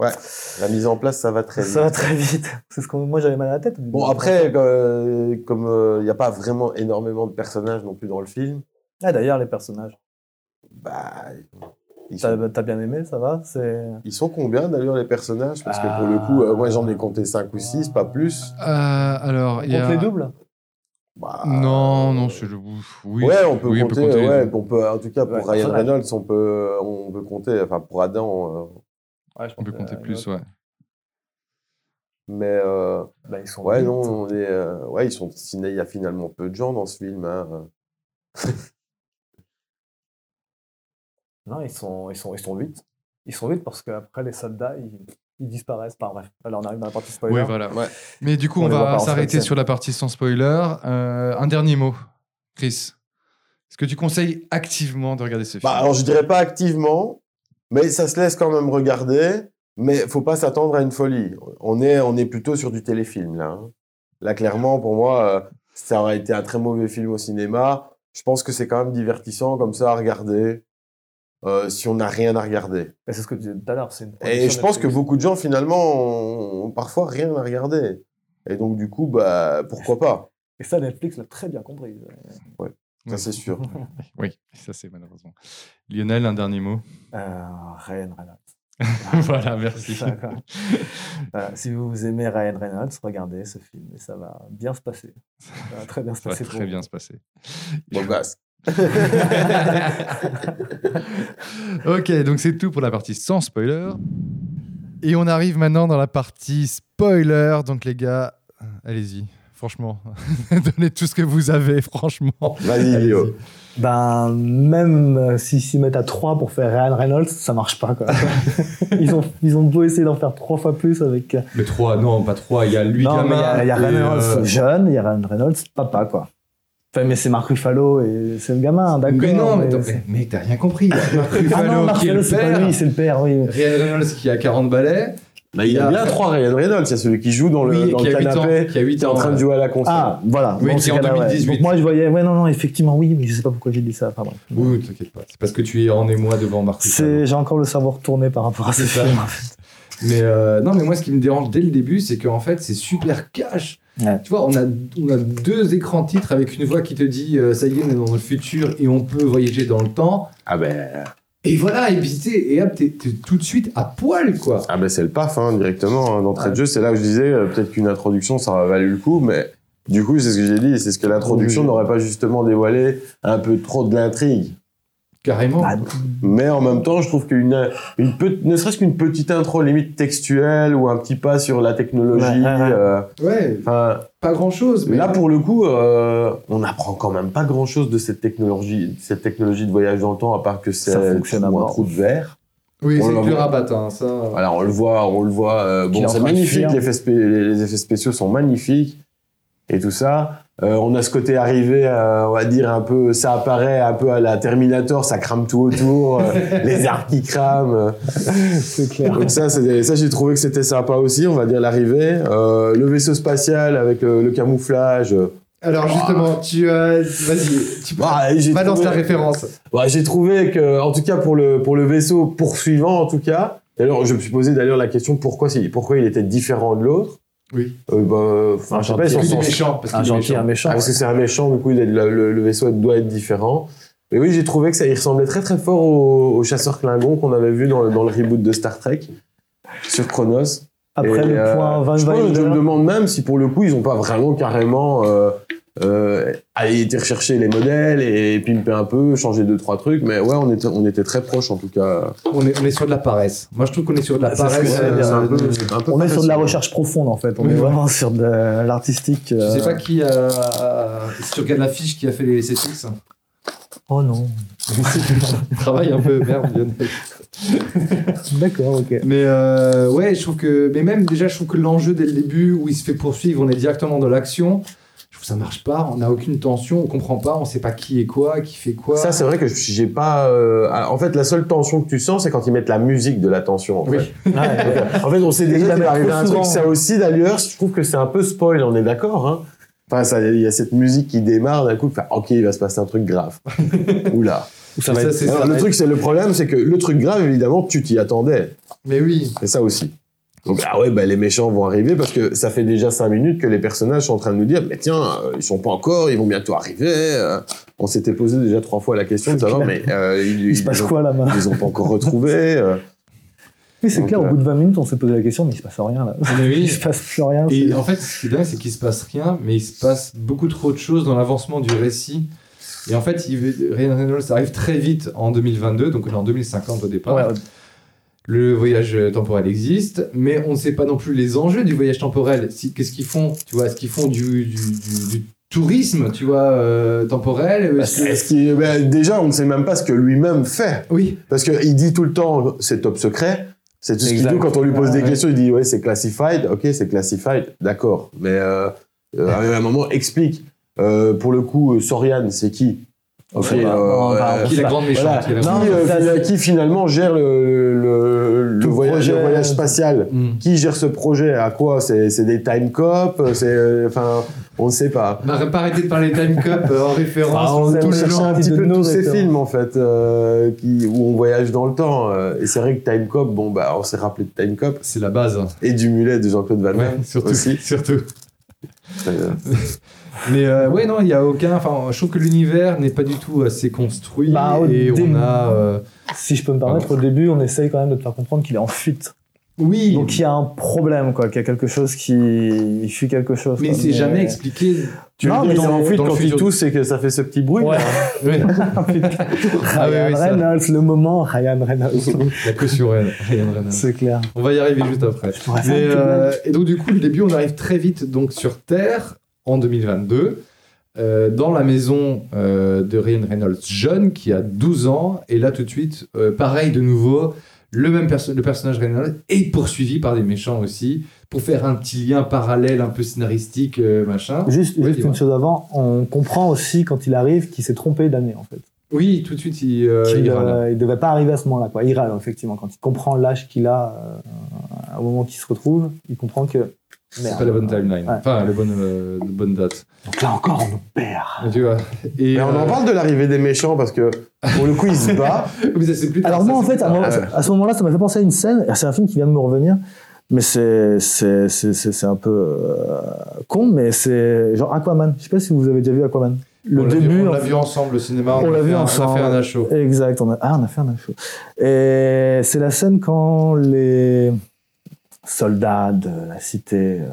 la mise en place, ça va très vite.
Ça va très vite. C'est ce que moi j'avais mal à la tête.
Bon, après, euh, comme il n'y a pas vraiment énormément de personnages non plus dans le film,
Ah, d'ailleurs, les personnages.
bah, ils
T'as
sont,
t'as bien aimé, ça va C'est.
ils sont combien d'ailleurs les personnages Parce que pour le
Ah.
coup, euh, moi j'en ai compté 5 ou 6, pas plus.
Euh, alors,
On
il y a-
compte les doubles
Bah,
Non, non,
euh,
c'est le bouffe. Oui,
ouais, on peut
oui,
compter.
les
ouais,
deux.
on peut, en tout cas, pour
Ouais,
Ryan
personnage.
Reynolds, on peut, on peut compter. Enfin, pour Adam. euh,
Ouais, je
On peut compter plus, ouais.
mais euh,
Bah, ils sont
ouais,
huit.
non, on est. euh, ouais, ils sont. sinon, Il y a finalement peu de gens dans ce film. hein.
Non, ils sont, ils sont, ils sont 8. Ils sont 8 parce qu'après les soldats, ils, ils disparaissent. Par bref. Alors on arrive dans la partie spoiler.
Oui, voilà.
Ouais.
Mais du coup,
On
on,
les voit pas,
va
on se
s'arrêter
renseigne.
sur la partie sans spoiler. Euh, un dernier mot, Chris. Est-ce que tu conseilles activement de regarder ce film
Bah, alors, je dirais pas activement, mais ça se laisse quand même regarder. Mais faut pas s'attendre à une folie. On est, on est plutôt sur du téléfilm là. hein. Là, clairement, pour moi, euh, ça aurait été un très mauvais film au cinéma. Je pense que c'est quand même divertissant comme ça à regarder. euh, si on n'a rien à regarder.
Mais C'est ce que tu disais tout à l'heure. c'est une
Et je
production
pense que
Netflix.
beaucoup de gens, finalement, ont, ont parfois rien à regarder. Et donc, du coup, bah, pourquoi pas
Et ça, Netflix l'a très bien compris.
Ça, c'est sûr.
[LAUGHS]
Oui, ça c'est malheureusement. Lionel, un dernier mot.
Euh, Ryan Reynolds.
voilà,
C'est [LAUGHS]
merci.
ça, quoi. Voilà, si vous aimez Ryan Reynolds, regardez ce film et ça va bien se passer. Ça va très bien se
Ça va
passer.
très bien se passer. [LAUGHS]
Bon, bah, c'est-
ok, donc c'est tout pour la partie sans spoiler. Et on arrive maintenant dans la partie spoiler. Donc les gars, euh, allez-y. Franchement, [LAUGHS] donnez tout ce que vous avez, franchement.
vas-y, Léo.
Ben, même euh, s'ils s'y mettent à 3 pour faire Ryan Reynolds, ça marche pas. Quoi. ils, ont, ils ont beau essayer d'en faire 3 fois plus avec. euh,
Le 3, non, pas 3, il y a lui
non, mais il y
gamin
a, il y a
et,
Ryan Reynolds
euh,
jeune, il y a Ryan Reynolds papa, quoi. Enfin, mais c'est Marc Ruffalo et c'est le gamin, d'accord.
Mais non, mais,
mais
t'as-
c'est-
mais mec, t'as rien compris. Il y a Marc
Ah non,
Ruffalo
Marc
qui est
Ruffalo,
le
c'est pas
père.
lui, c'est le père, oui.
Ryan Reynolds qui a 40 balais.
Bah, il y a bien trois Ryan Reynolds. Il y a celui qui joue dans le,
oui,
dans
qui,
le
a 8 ans,
canapé,
qui a 8
qui est en
ans.
train de jouer à la console.
Ah, voilà.
Oui,
dans
qui est
ce
en
cas-là, ouais.
2018.
Donc moi, je voyais, ouais, non, non, effectivement, oui, mais je sais pas pourquoi j'ai dit ça. Pardon.
Oui, t'inquiète pas. C'est parce que tu es en émoi devant Marc Ruffalo.
C'est, j'ai encore le cerveau retourné par rapport à ce
C'est ça.
film.
Mais euh, non, mais moi, ce qui me dérange dès le début, c'est qu'en fait, c'est super cash.
Ouais.
Tu vois, on a, on a deux écrans titres avec une voix qui te dit euh, ça y est, on est dans le futur et on peut voyager dans le temps.
Ah, ben,
Et voilà, et puis t'es- et hop, t'es t'es tout de suite à poil, quoi.
ah ben, c'est le paf, hein, directement, hein, d'entrée
Ouais.
de jeu. C'est là où je disais, euh, peut-être qu'une introduction, ça aurait valu le coup, mais du coup, c'est ce que j'ai dit. C'est ce que l'introduction
Oui.
n'aurait pas justement dévoilé un peu trop de l'intrigue.
Carrément.
Bah,
Mais en même temps, je trouve qu'une, une pe- ne serait-ce qu'une petite intro limite textuelle ou un petit pas sur la technologie.
Ouais, ouais, ouais.
euh,
ouais,
enfin,
pas grand chose. Mais
Là, pour le coup, euh, on apprend quand même pas grand-chose de cette technologie, cette technologie de voyage dans le temps, à part que c'est
Ça fonctionne à
Euh, un
mort.
trou de verre.
Oui,
on
c'est
l'a
dur
voit.
à battre, hein, ça.
euh.
Voilà, on le voit, on le voit. euh,
Qu'il est
bon,
en
c'est
train de
magnifique,
fuir.
les effets, spé- les effets spéciaux sont magnifiques et tout ça. Euh, on a ce côté arrivé, euh, on va dire un peu, ça apparaît un peu à la Terminator, ça crame
[LAUGHS]
tout autour, euh, les arbres qui crament. euh,
c'est clair.
donc ça, c'est- ça j'ai trouvé que c'était sympa aussi, on va dire l'arrivée. Euh, le vaisseau spatial avec le, le camouflage. euh,
Alors justement, tu
euh,
as... Vas-y, tu
bah, j'ai
balance
trouvé-
la référence.
Bah, j'ai trouvé que, en tout cas pour le pour le vaisseau poursuivant, en tout cas. D'ailleurs, je me suis posé d'ailleurs la question pourquoi si- pourquoi il était différent de l'autre.
Oui.
Euh, bah, enfin, je sais pas, ils
gentil,
sont
Il est
censés-
méchant, parce
un
qu'il est
gentil, un
méchant.
méchant.
Ah, parce que c'est un méchant, du coup, il est- le, le- le vaisseau doit être différent. Mais oui, j'ai trouvé que ça il ressemblait très très fort au, au chasseur Klingon qu'on avait vu dans, le- dans le reboot de Star Trek sur Chronos.
Après
Et,
le
euh,
point Van
je, pense- je me
Wilder,
demande même si pour le coup ils ont pas vraiment carrément euh, euh, allé été rechercher les modèles et, pimper un peu, changer deux trois trucs. Mais ouais, on était on était très proche en tout cas.
On est, on est sur de la paresse. Moi, je trouve qu'on est sur de la
C'est ce que
paresse.
j'allais dire,
euh,
un peu-
de-
un peu
on est sur de la
facile.
recherche profonde en fait. On
Oui,
est
ouais.
vraiment sur de l'artistique.
Je sais
euh,
pas qui a. Si tu regardes l'affiche qui a fait les C6, hein.
Oh non.
[LAUGHS] travaille un peu, merde, Lionel.
D'accord, ok.
[LAUGHS] Mais euh, ouais, je trouve que. Mais même déjà, je trouve que l'enjeu dès le début où il se fait poursuivre, on est directement dans l'action. Je trouve que ça marche pas, on n'a aucune tension, on comprend pas, on sait pas qui est quoi, qui fait quoi.
Ça, c'est vrai que j'ai pas. euh, En fait, la seule tension que tu sens, c'est quand ils mettent la musique de la tension. En
Oui.
fait,
Ah,
en fait on sait déjà
la
qu'il va
mettent
arriver un
souvent.
truc. Ça aussi, d'ailleurs, je trouve que c'est un peu spoil. On est d'accord. Hein enfin, ça, il y a cette musique qui démarre d'un coup. Enfin, ok, il va se passer un truc grave.
[LAUGHS]
Oula.
Ça va être- c'est-
Alors,
ça
Ah, le
va
truc, c'est le problème, c'est que le truc grave, évidemment, tu t'y attendais.
Mais oui,
C'est ça aussi. Donc, ah ouais, bah, les méchants vont arriver parce que ça fait déjà cinq minutes que les personnages sont en train de nous dire Mais tiens, euh, ils sont pas encore, ils vont bientôt arriver. euh. on s'était posé déjà trois fois la question de savoir, mais euh, ils,
Il se passe quoi là-bas
ils les ont pas encore retrouvés. euh.
Oui, c'est
Donc,
clair,
euh,
au bout de 20 minutes, on s'est posé la question, mais il se passe rien là.
mais
[LAUGHS] Il
[LAUGHS] oui.
se passe plus rien.
Et
c'est-
en fait, ce qui est dingue, c'est qu'il se passe rien, mais il se passe beaucoup trop de choses dans l'avancement du récit. Et en fait, il- Ryan Reynolds arrive très vite en 2022, donc on est en 2050 au départ.
Ouais,
Le voyage euh, temporel existe, mais on ne sait pas non plus les enjeux du voyage temporel. Si- Qu'est-ce qu'ils font Tu vois, est-ce qu'ils font du, du- du- du tourisme, tu vois, euh, temporel Est-ce que-
Est-ce qu'il- bah, déjà, on ne sait même pas ce que lui-même fait.
Oui,
Parce qu'il dit tout le temps C'est top secret. C'est tout ce qu'il
Exact.
dit quand on lui pose
Ouais,
des
ouais.
questions. Il dit Ouais, c'est classified. Ok, c'est classified. D'accord. Mais euh, euh, à un moment, explique. Euh, pour le coup, euh, Sorian, c'est qui Ok,
Ouais, bah,
euh,
bah, bah,
euh,
qui est la grande méchante.
Voilà.
qui est la
Qui,
grande-
mais
euh,
ça,
fina-
c'est-
qui, finalement gère le, le- le
Tout
voyage, le
projet.
voyage spatial
Hmm.
Qui gère ce projet À quoi C'est c'est des time cop C'est euh, enfin, on ne sait pas.
On n'a Bah, pas arrêté de parler de Time Cup euh, en
Ah,
référence.
[LAUGHS]
on
c'est
touche
le
un
gentil
petit
de
peu tous
nos
ces
références.
films en fait euh, qui, où on voyage dans le temps. euh, et c'est vrai que Time Cop, bon bah on s'est rappelé de Time Cop
C'est la base. hein.
et du mulet de Jean-Claude Van Damme
Ouais, surtout.
aussi.
[LAUGHS] surtout.
Euh,
[LAUGHS] Mais euh, ouais, non, il n'y a aucun. Enfin, je trouve que l'univers n'est pas du tout assez construit.
Bah, au
et
début.
on a. euh,
Si je peux me permettre, au début, on essaye quand même de te faire comprendre qu'il est en fuite.
Oui,
Donc il y a un problème, quoi, qu'il y a quelque chose qui. Il fuit quelque chose.
mais
quoi.
c'est jamais expliqué.
Tu veux
Non,
dire
mais
qu'il est
dans-
en fuite
dans le
quand il
futur.
tousse et que ça fait ce petit
[LAUGHS]
bruit
Ouais.
là
Ouais,
Ryan
oui, oui, ça.
Reynolds, le moment Ryan
[LAUGHS]
Reynolds.
la caution Ryan Reynolds.
c'est clair.
On va y arriver juste après.
Je pourrais faire
Mais,
un petit
euh, et donc du coup, le début, on arrive très vite donc sur Terre en 2022. euh, dans la maison euh, de Ryan Reynolds jeune qui a 12 ans et là tout de suite euh, pareil de nouveau le même perso- le personnage Reynolds est poursuivi par des méchants aussi pour faire un petit lien parallèle un peu scénaristique euh, machin
Juste,
Oui,
juste
dis-moi.
une chose avant, on comprend aussi quand il arrive qu'il s'est trompé d'année en fait.
oui tout de suite il, euh,
Qu'il,
il
euh,
râle.
il devait pas arriver à ce moment-là quoi. Il râle effectivement quand il comprend l'âge qu'il a euh, au moment qu'il se retrouve, il comprend que
c'est
merde.
pas la bonne timeline
Ouais.
enfin la bonne, euh, la bonne date
Donc là encore on nous perd.
tu vois et
Mais on en
euh, [LAUGHS]
parle de l'arrivée des méchants parce que pour le coup il se bat.
oui, ça, c'est plus tard,
Alors moi
Ah, ça,
en
c'est
fait
plus
à,
tard.
mon- à ce moment-là ça m'a fait penser à une scène. et C'est un film qui vient de me revenir, mais c'est c'est c'est c'est c'est un peu euh, con, mais c'est genre Aquaman. Je sais pas si vous avez déjà vu Aquaman. Le
On l'a vu-
début.
on
en
l'a
fait-
vu ensemble au cinéma
on
a
l'a
fait
vu
un- on a
ensemble.
fait un achot
Exact, on a, ah, on a fait un live show. Et c'est la scène quand les soldats de la cité euh,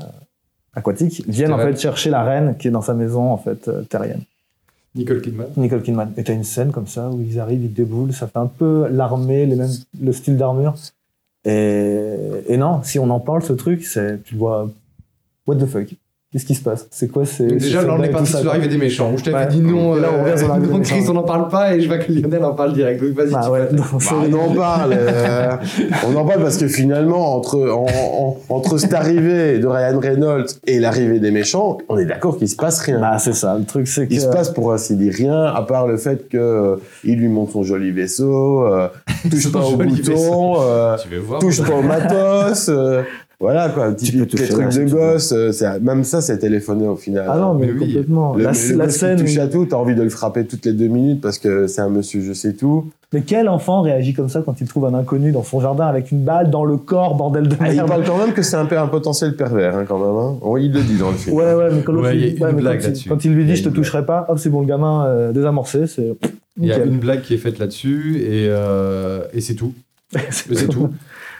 aquatique viennent en
Terrestre.
fait chercher la reine qui est dans sa maison en fait euh, terrienne.
Nicole Kidman.
Nicole Kidman. Et t'as une scène comme ça où ils arrivent, ils déboulent, ça fait un peu l'armée, les mêmes, le style d'armure. Et, et non, si on en parle, ce truc, c'est, tu le vois, what the fuck Qu'est-ce qui se passe C'est quoi c'est,
Déjà,
c'est
là, on est
dingue,
parti
tout ça,
sur
quoi.
l'arrivée des méchants. où Je t'avais
Ouais.
dit non,
Et là, on
[LAUGHS]
revient sur
euh,
l'arrivée
non,
des
Chris,
méchants.
on n'en parle pas et je vois que Lionel en parle direct. Donc, vas-y.
Bah
tu
ouais,
fais-
non, c'est-
On en parle. euh,
[LAUGHS]
on en parle parce que finalement, entre, en- en- entre cette arrivée de Ryan Reynolds et l'arrivée des méchants, on est d'accord qu'il se passe rien.
Bah, c'est ça, le truc, c'est que.
euh,
Il se passe pour ainsi dire rien, à part le fait que euh, il lui monte son joli vaisseau, euh,
[LAUGHS]
touche
Son
pas au
joli
bouton,
vaisseau.
euh,
Bah, Tu veux voir
touche pas au matos, euh, voilà quoi, un petit
Tu peux tout
les
faire,
trucs de
c'est tout.
gosse, euh, c'est- même ça c'est téléphoné au final.
Ah non, mais,
Mais oui.
complètement.
Le,
la
le
la
gosse qui
scène.
touche à tout, t'as envie de le frapper toutes les deux minutes parce que c'est un monsieur je sais tout.
Mais quel enfant réagit comme ça quand il trouve un inconnu dans son jardin avec une balle dans le corps, bordel de
Ah, il
merde
parle quand même que c'est un, peu un potentiel pervers hein, quand même. hein. Oh, il le dit dans le film.
Ouais, ouais, mais quand, l'autre
Ouais,
lui-
il y a une
ouais, mais
blague
quand, il,
là-dessus.
quand il lui
Il y a
dit je te
une blague.
toucherai pas, hop, c'est bon, le gamin euh, désamorcé, c'est. pff,
Il y a
nickel.
une blague qui est faite là-dessus et, euh, et
[LAUGHS]
c'est tout. Mais c'est tout.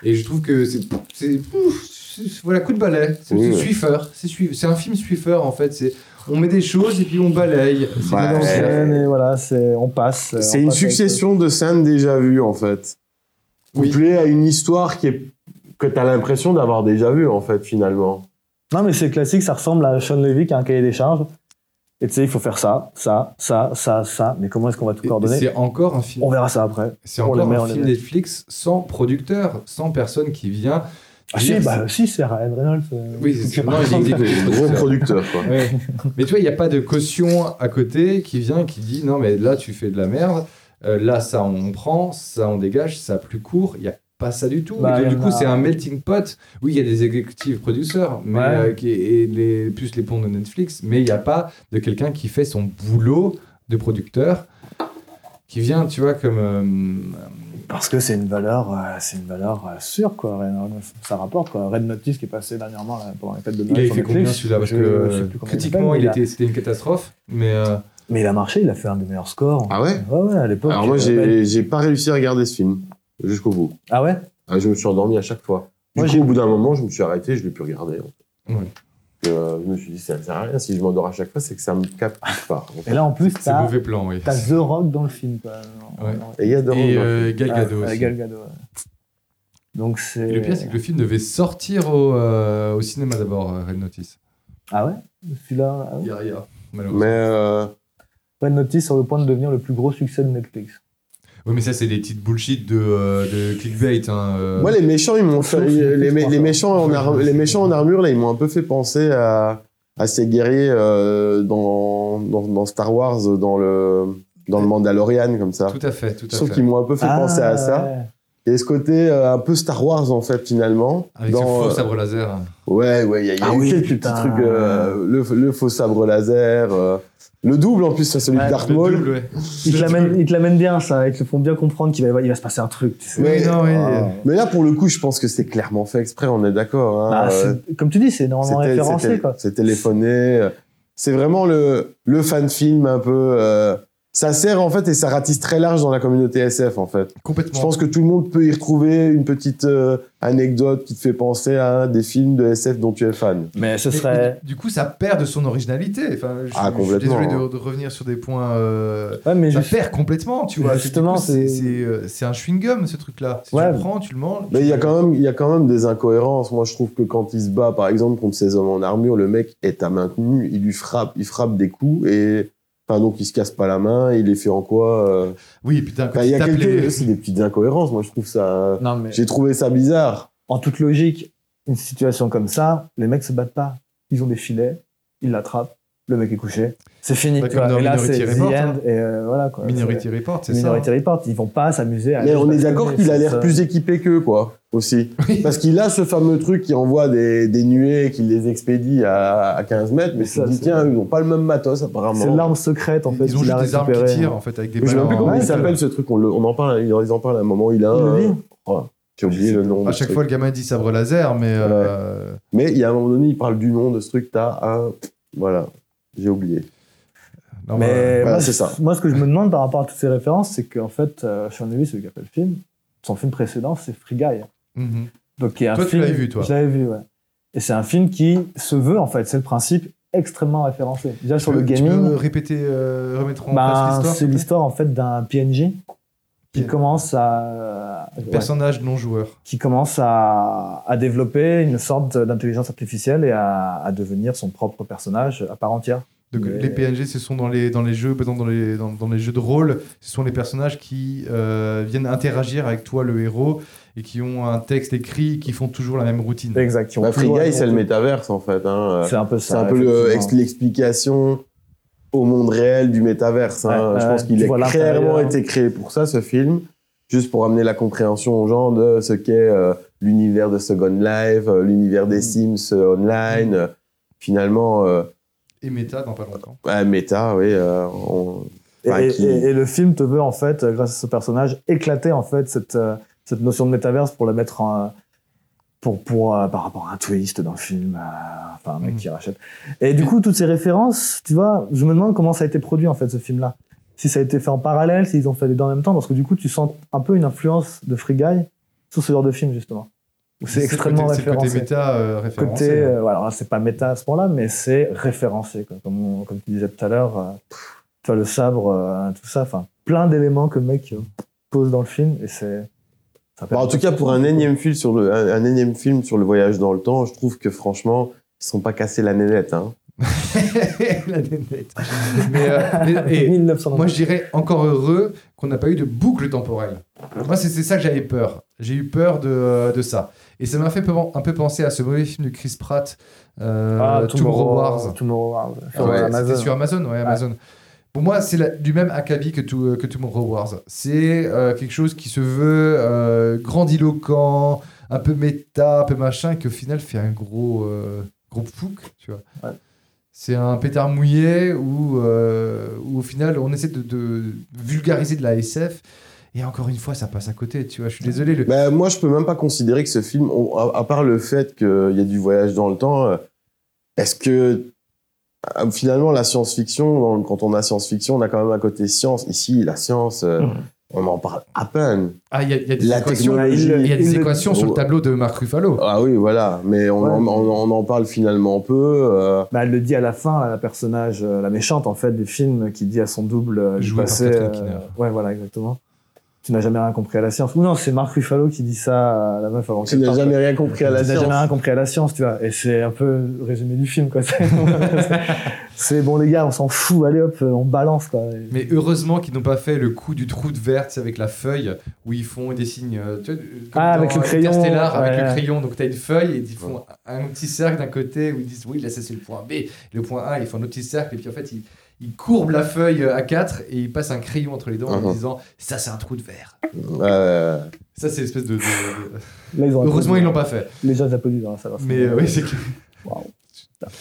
Et je trouve que c'est. c'est- ouf, c'est- Voilà, coup de balai. C'est
Oui,
c'est
ouais.
suiveur. C'est suive- c'est un film suiveur en fait. C'est- On met des choses et puis on balaye. C'est
Ouais.
dans
Et
l'ancienne.
et voilà, c'est- on passe. euh,
C'est
on
une
passe avec-
succession de scènes déjà vues en fait.
Oui.
Couplée à une histoire qui est que t'as l'impression d'avoir déjà vue en fait finalement.
Non, mais c'est classique, ça ressemble à Sean Levy qui a un cahier des charges. Et tu sais, il faut faire ça, ça, ça, ça, ça. Mais comment est-ce qu'on va tout
Et- et
coordonner
C'est encore un film.
On verra ça après.
C'est
on
encore
les met, on
un
les
film
met.
Netflix sans producteur, sans personne qui vient.
Ah si,
dire-
bah si, c'est Ryan Reynolds. euh,
Oui, c'est-
qui
non, il
représente-
existe.
Gros producteur quoi.
Ouais. [LAUGHS] Mais tu vois, il n'y a pas de caution à côté qui vient, qui dit non, mais là, tu fais de la merde, Euh, là, ça, on prend, ça, on dégage, ça, plus court. Il n'y a pas ça du tout.
Bah,
Et donc,
y
du
en
coup,
a-
c'est un melting pot. Oui, il y a des exécutifs producteurs, mais,
Ouais.
euh, qui- et les, plus les ponts de Netflix, mais il n'y a pas de quelqu'un qui fait son boulot de producteur qui vient, tu vois, comme. euh,
Parce que c'est une valeur, euh, c'est une valeur euh, sûre quoi. Ryan Reynolds. Ça rapporte quoi. Red Notice qui est passé dernièrement là, pendant les fêtes de
il
Noël.
avait
sur
fait
Netflix.
combien celui-là Parce
Je
que
sais
euh,
plus combien
critiquement,
s'appelle,
il
mais a-
était, c'était une catastrophe, mais. euh,
Mais il a marché, il a fait un des meilleurs scores.
Ah ouais
Ouais, ouais, à l'époque.
Alors moi
euh, ben-
j'ai j'ai pas réussi à regarder ce film jusqu'au bout.
Ah ouais
Ah, Je me suis endormi à chaque fois. Du
Moi,
coup,
j'ai-
au bout d'un moment je me suis arrêté, je l'ai plus regardé.
Ouais.
Euh, je me suis dit ça sert à rien. Si je m'endors à chaque fois c'est que ça me capte pas. en fait.
Et là en plus,
c'est
t'as
mauvais plan, oui.
t'as The Rock dans le film quoi.
Ouais.
Et il y a de
Et euh, Gal Gadot
Ah,
aussi.
Gal Gadot, ouais. Donc c'est.
Et le pire, c'est que le film devait sortir au, euh, au cinéma d'abord, euh, Red Notice.
Ah ouais Celui-là. ah ouais.
Malheureusement.
Mais euh,
Red Notice sur le point de devenir le plus gros succès de Netflix.
Oui, mais ça, c'est des petites bullshit de, euh, de clickbait. hein, euh.
Moi, les méchants, ils m'ont
Sauf
fait.
les
Les, mé-
Français.
les méchants en ar- les méchants en armure, là, ils m'ont un peu fait penser à, à ces guerriers euh, dans, dans, dans Star Wars, dans le, dans le Mandalorian, comme ça.
Tout à fait, tout à
Je trouve
fait.
qu'ils m'ont un peu fait penser à ça.
Ah, ouais.
Et ce côté euh, un peu Star Wars, en fait, finalement.
Avec
dans,
ce faux
euh,
sabre laser.
Ouais, ouais, il y a, il y a
Ah
eu
oui,
quelques
putain.
petits trucs. euh, le, le faux sabre laser. euh, le double, en plus, c'est celui
Ouais,
de Darth
Le
Maul.
double, ouais.
Ils te
Le
l'amènent-
double.
ils te l'amènent bien ça, ils te le font bien comprendre qu'il va, il va se passer un truc. Tu sais. Ah.
Mais,
non, euh, oui.
mais là, pour le coup, je pense que c'est clairement fait exprès, on est d'accord. hein,
Bah,
euh,
c'est- comme tu dis, c'est énormément
C'était-
référencé
c'était-
quoi.
C'est téléphoné. euh, C'est vraiment le, le fan film un peu. euh, ça sert en fait et ça ratisse très large dans la communauté SF en fait. Je
Complètement.
pense que tout le monde peut y retrouver une petite euh, anecdote qui te fait penser à un des films de SF dont tu es fan.
Mais ce
Mais-
serait.
mais Du coup, ça perd de son originalité. Enfin, je,
Ah,
je suis
complètement,
désolé de,
hein.
de revenir sur des points. euh,
Ouais, mais
ça
juste-
perd complètement, tu vois.
Justement,
Du coup, c'est
c'est-
c'est, euh, c'est un chewing-gum, ce truc-là. Si
Ouais.
tu le prends, tu le manges.
Mais
tu-
il y a quand même, il y a quand même des incohérences. Moi, je trouve que quand il se bat, par exemple, contre ces hommes en armure, le mec est à main tenue, il lui frappe, il frappe des coups et, enfin, donc il se casse pas la main, il les fait en quoi euh,
Oui, putain, quand
enfin, Il
tu
y a
tapes les-
quelques, c'est des petites incohérences. Moi, je trouve ça. euh,
Non, mais
J'ai trouvé ça bizarre.
en toute logique, une situation comme ça, les mecs se battent pas. Ils ont des filets, ils l'attrapent, le mec est couché, c'est fini.
Bah,
tu
comme
vois.
dans
et là,
Minority
c'est the
Report,
end,
hein.
et euh, voilà quoi.
Minority Report,
C'est-
c'est ça.
Minority Report, ils vont pas s'amuser à.
Mais
aller
on
se
est
bastonner,
d'accord qu'il a
c'est
l'air
ça.
plus équipé qu'eux, quoi, aussi.
[LAUGHS]
Oui.
Parce qu'il a ce fameux truc qui envoie des, des nuées et qui les expédie à, à 15 mètres, mais tu
Ça,
te dis,
c'est-
tiens, ils n'ont pas le même matos, apparemment.
C'est l'arme secrète en fait.
Ils ont
qu'il a hein.
juste des armes qui
récupérée.
tirent, en fait, avec des Ah
Je ne sais même plus
en-
comment
Ouais,
il s'appelle ce truc, on, le- on en parle, ils en ils en parlent à un moment, il a
Il
un...
le dit.
oh, J'ai oublié le nom.
À
de ce
chaque
truc.
fois, le gamin dit sabre laser, mais. euh,
Mais il y a un moment donné, il parle du nom de ce truc, t'as un... Voilà, j'ai oublié.
non,
Mais
Voilà,
moi,
c'est ça.
moi, ce que je me demande par rapport à toutes ces références, c'est qu'en fait, euh, Sean Levy, celui qui a fait le film, son film précédent, c'est Free Guy.
bah, mhm.
Donc, qui est un
Toi, tu
film-
l'avais vu, toi.
Je l'avais vu, ouais. Et c'est un film qui se veut, en fait, c'est le principe extrêmement référencé. Déjà sur
Tu
le
peux- Tu
gaming,
peux répéter, euh, remettre en
bah,
place
c'est
l'histoire
l'histoire en fait d'un PNJ qui
Bien.
commence à ouais,
Personnage non joueur.
qui commence à, à développer une sorte d'intelligence artificielle et à, à devenir son propre personnage à part entière.
Donc,
Mais-
Les PNG, ce sont dans les, dans les jeux, par exemple, dans les, dans, dans les jeux de rôle, ce sont les personnages qui euh, viennent interagir avec toi, le héros, et qui ont un texte écrit, qui font toujours la même routine.
Exact. qui ont
Bah, Free
toujours-
Guy, c'est le métaverse, en fait. hein.
C'est un peu
C'est
ça.
un peu le-
effectivement.
ex- l'explication au monde réel du métaverse. hein.
Ouais,
Je
ouais,
pense
tu
qu'il
vois
a clairement
l'intérieur.
été créé pour ça, ce film, juste pour amener la compréhension aux gens de ce qu'est euh, l'univers de Second Life, euh, l'univers des
Mm.
Sims euh, online. euh, Finalement, euh,
Et méta dans pas longtemps.
ouais, méta, oui. euh, on-
Et,
enfin,
et-
qui-
et- et le film te veut en fait, euh, grâce à ce personnage, éclater en fait cette, euh, cette notion de métaverse pour la mettre en, euh, pour pour euh, par rapport à un twist dans le film, euh, enfin un mec
Mhm.
qui rachète. Et du coup toutes ces références, tu vois, je me demande comment ça a été produit en fait ce film là. Si ça a été fait en parallèle, s'ils ont fait les deux en même temps, parce que du coup tu sens un peu une influence de Free Guy sur ce genre de film justement. Où c'est
le
extrêmement
côté- C'est le côté
référencé
méta euh, référencé.
côté, euh, voilà, alors c'est pas méta à ce point-là, mais c'est référencé, quoi. Comme, on- comme tu disais tout à l'heure, euh, pff, tu vois, le sabre, euh, tout ça, enfin, plein d'éléments que le mec euh, pose dans le film, et c'est. ça
Bah, en tout cas, pour un énième, film sur le, un, un énième film sur le voyage dans le temps, je trouve que franchement, ils ne sont pas cassés la nénette. hein.
[LAUGHS] La nénette. Mais, euh,
[LAUGHS]
mais- et-
1900.
Moi, je dirais encore heureux qu'on n'a pas eu de boucle temporelle. Moi, c'est c'est ça que j'avais peur. J'ai eu peur de, euh, de ça. Et ça m'a fait pe- un peu penser à ce mauvais film de Chris Pratt, euh, Tomorrow Wars.
Ah, Tomorrow Wars.
Ah ouais, c'était sur Amazon, ouais, Amazon. Pour moi, c'est la- du même acabit que, tout, euh, que Tomorrow Wars. C'est euh, quelque chose qui se veut euh, grandiloquent, un peu méta, un peu machin, et qui au final fait un gros, euh, gros fouc, tu vois.
Ouais.
C'est un pétard mouillé où, euh, où au final, on essaie de, de vulgariser de la SF. Et encore une fois, ça passe à côté, tu vois. Je suis désolé. Le...
Bah, moi, je peux même pas considérer que ce film, on- à, à part le fait qu'il y a du voyage dans le temps, euh, est-ce que euh, finalement la science-fiction, dans- quand on a science-fiction, on a quand même un côté science. Ici, la science, euh, on en parle à peine.
Ah, il y, a- il y a des
La
équations,
technologie-
il y a des
il le-
équations sur le tableau de Marc Ruffalo.
Ah oui, voilà, mais on,
Ouais.
en, on- on en parle finalement peu. euh,
Bah, elle le dit à la fin, là, la personnage, euh, la méchante en fait du film, qui dit à son double euh, du
Joué par
passé,
Catherine
euh,
Keener.
ouais, voilà, exactement. Tu n'as jamais rien compris à la science. Ou non, c'est Marc Ruffalo qui dit ça à la meuf avant
tu
qu'elle
n'as
parte.
jamais rien compris à la
Tu n'as
science.
jamais rien compris à la science, tu vois. Et c'est un peu le résumé du film, quoi.
[LAUGHS]
C'est- c'est bon, les gars, on s'en fout, allez hop, on balance, quoi. Et-
Mais heureusement qu'ils n'ont pas fait le coup du trou de verre, tu sais, avec la feuille, où ils font des signes. euh, Tu vois, comme
Ah, avec le crayon,
Interstellar, avec
ouais.
le crayon. Donc, tu as une feuille et ils font un petit cercle d'un côté où ils disent oui, là, ça c'est le point B. Le point A, ils font un autre petit cercle. Et puis, en fait, ils, ils courbent la feuille à 4 et ils passent un crayon entre les dents en
Mhm.
disant ça, c'est un trou de verre.
Euh,
Ça, c'est espèce de. de- de-
Là, ils ont
Heureusement,
applaudi.
ils l'ont pas fait.
Les gens applaudissent dans la salle.
Mais euh, oui, c'est que.
Waouh.
[LAUGHS]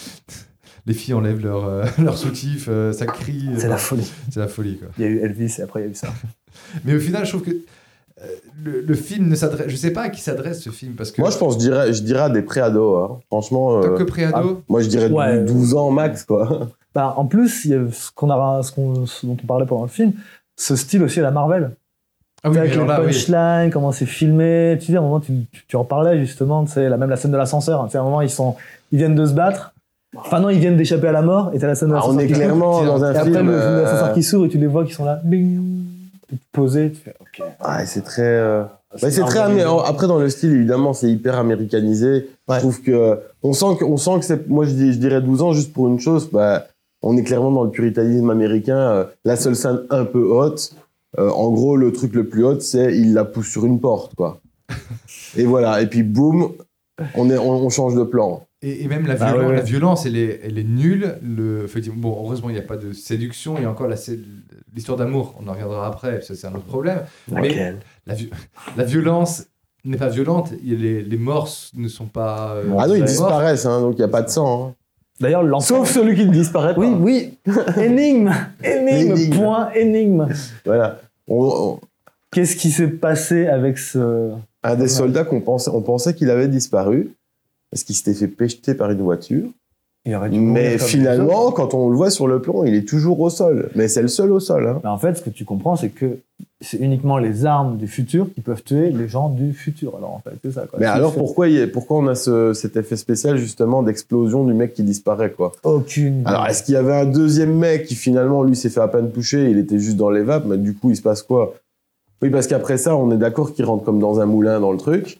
Les filles enlèvent leur, euh, [LAUGHS] leur soutif, euh, ça crie. euh,
C'est la folie.
C'est la folie, quoi.
Il y a eu Elvis et après il y a eu ça.
Mais au final, je trouve que euh, le, le film ne s'adresse. Je sais pas à qui s'adresse ce film parce que.
Moi, je pense, je dirais, je dirais à des préados. hein. Franchement,
Tant
euh,
que préado.
moi, je dirais
Ouais.
12 ans max, quoi.
Bah, en plus, il y a ce, qu'on a, ce, qu'on- ce dont on parlait pendant le film, ce style aussi à la Marvel.
Ah oui, mais
avec les
alors là, oui.
punchlines, comment c'est filmé. Tu sais, à un moment, tu, tu- tu en parlais justement, tu sais, la- même la scène de l'ascenseur. hein. Tu sais, à un moment, ils, sont, ils viennent de se battre. Enfin, non, ils viennent d'échapper à la mort et t'as la scène de
Ah,
l'ascenseur.
on est
qui s'ouvre.
clairement
tiens.
dans un
Et après,
film.
le film
euh,
d'ascenseur qui s'ouvre et tu les vois qui sont là, bing, posés. Tu fais, oh, ok.
ouais, c'est très. euh, Bah, c'est très
organisé.
amé- après dans le style évidemment c'est hyper américanisé.
Ouais.
Je trouve que on sent que on sent que c'est moi je, dis- je dirais 12 ans juste pour une chose bah on est clairement dans le puritanisme américain euh, la seule scène un peu haute euh, en gros le truc le plus haute c'est il la pousse sur une porte quoi. et voilà et puis boum on est on, on change de plan.
Et, et même la,
Bah,
violence,
ouais, ouais.
la violence, elle est, elle est nulle. Le, effectivement, bon, heureusement, il n'y a pas de séduction. Il y a encore la sé- l'histoire d'amour. On en reviendra après. Ça, c'est un autre problème. Mais la, vi- la violence n'est pas violente. Il y a Les, les morts ne sont pas. euh,
Ah non ils
morts.
disparaissent hein, donc il y a pas de sang. hein.
D'ailleurs, l'enfant.
Sauf celui qui ne disparaît pas.
Oui, oui. [LAUGHS] énigme. énigme.
L'énigme.
Point énigme.
Voilà. On- on-
Qu'est-ce qui s'est passé avec ce.
un des soldats qu'on pensait on pensait qu'il avait disparu parce qu'il s'était fait pécheter par une voiture.
Il aurait dû mourir
Mais
comme les
finalement,
autres. Ben,
quand on le voit sur le plan, il est toujours au sol. Mais c'est le seul au sol. hein.
Bah, en fait, ce que tu comprends, c'est que c'est uniquement les armes du futur qui peuvent tuer les gens du futur. Alors en fait, c'est ça. Quoi.
Mais
C'est
alors
fait-
pourquoi, il y a- pourquoi on a ce- cet effet spécial justement d'explosion du mec qui disparaît quoi
Aucune. idée.
Alors est-ce qu'il y avait un deuxième mec qui finalement lui s'est fait à peine toucher, il était juste dans les vapes, mais du coup il se passe quoi Oui parce qu'après ça on est d'accord qu'il rentre comme dans un moulin dans
[LAUGHS]
le truc.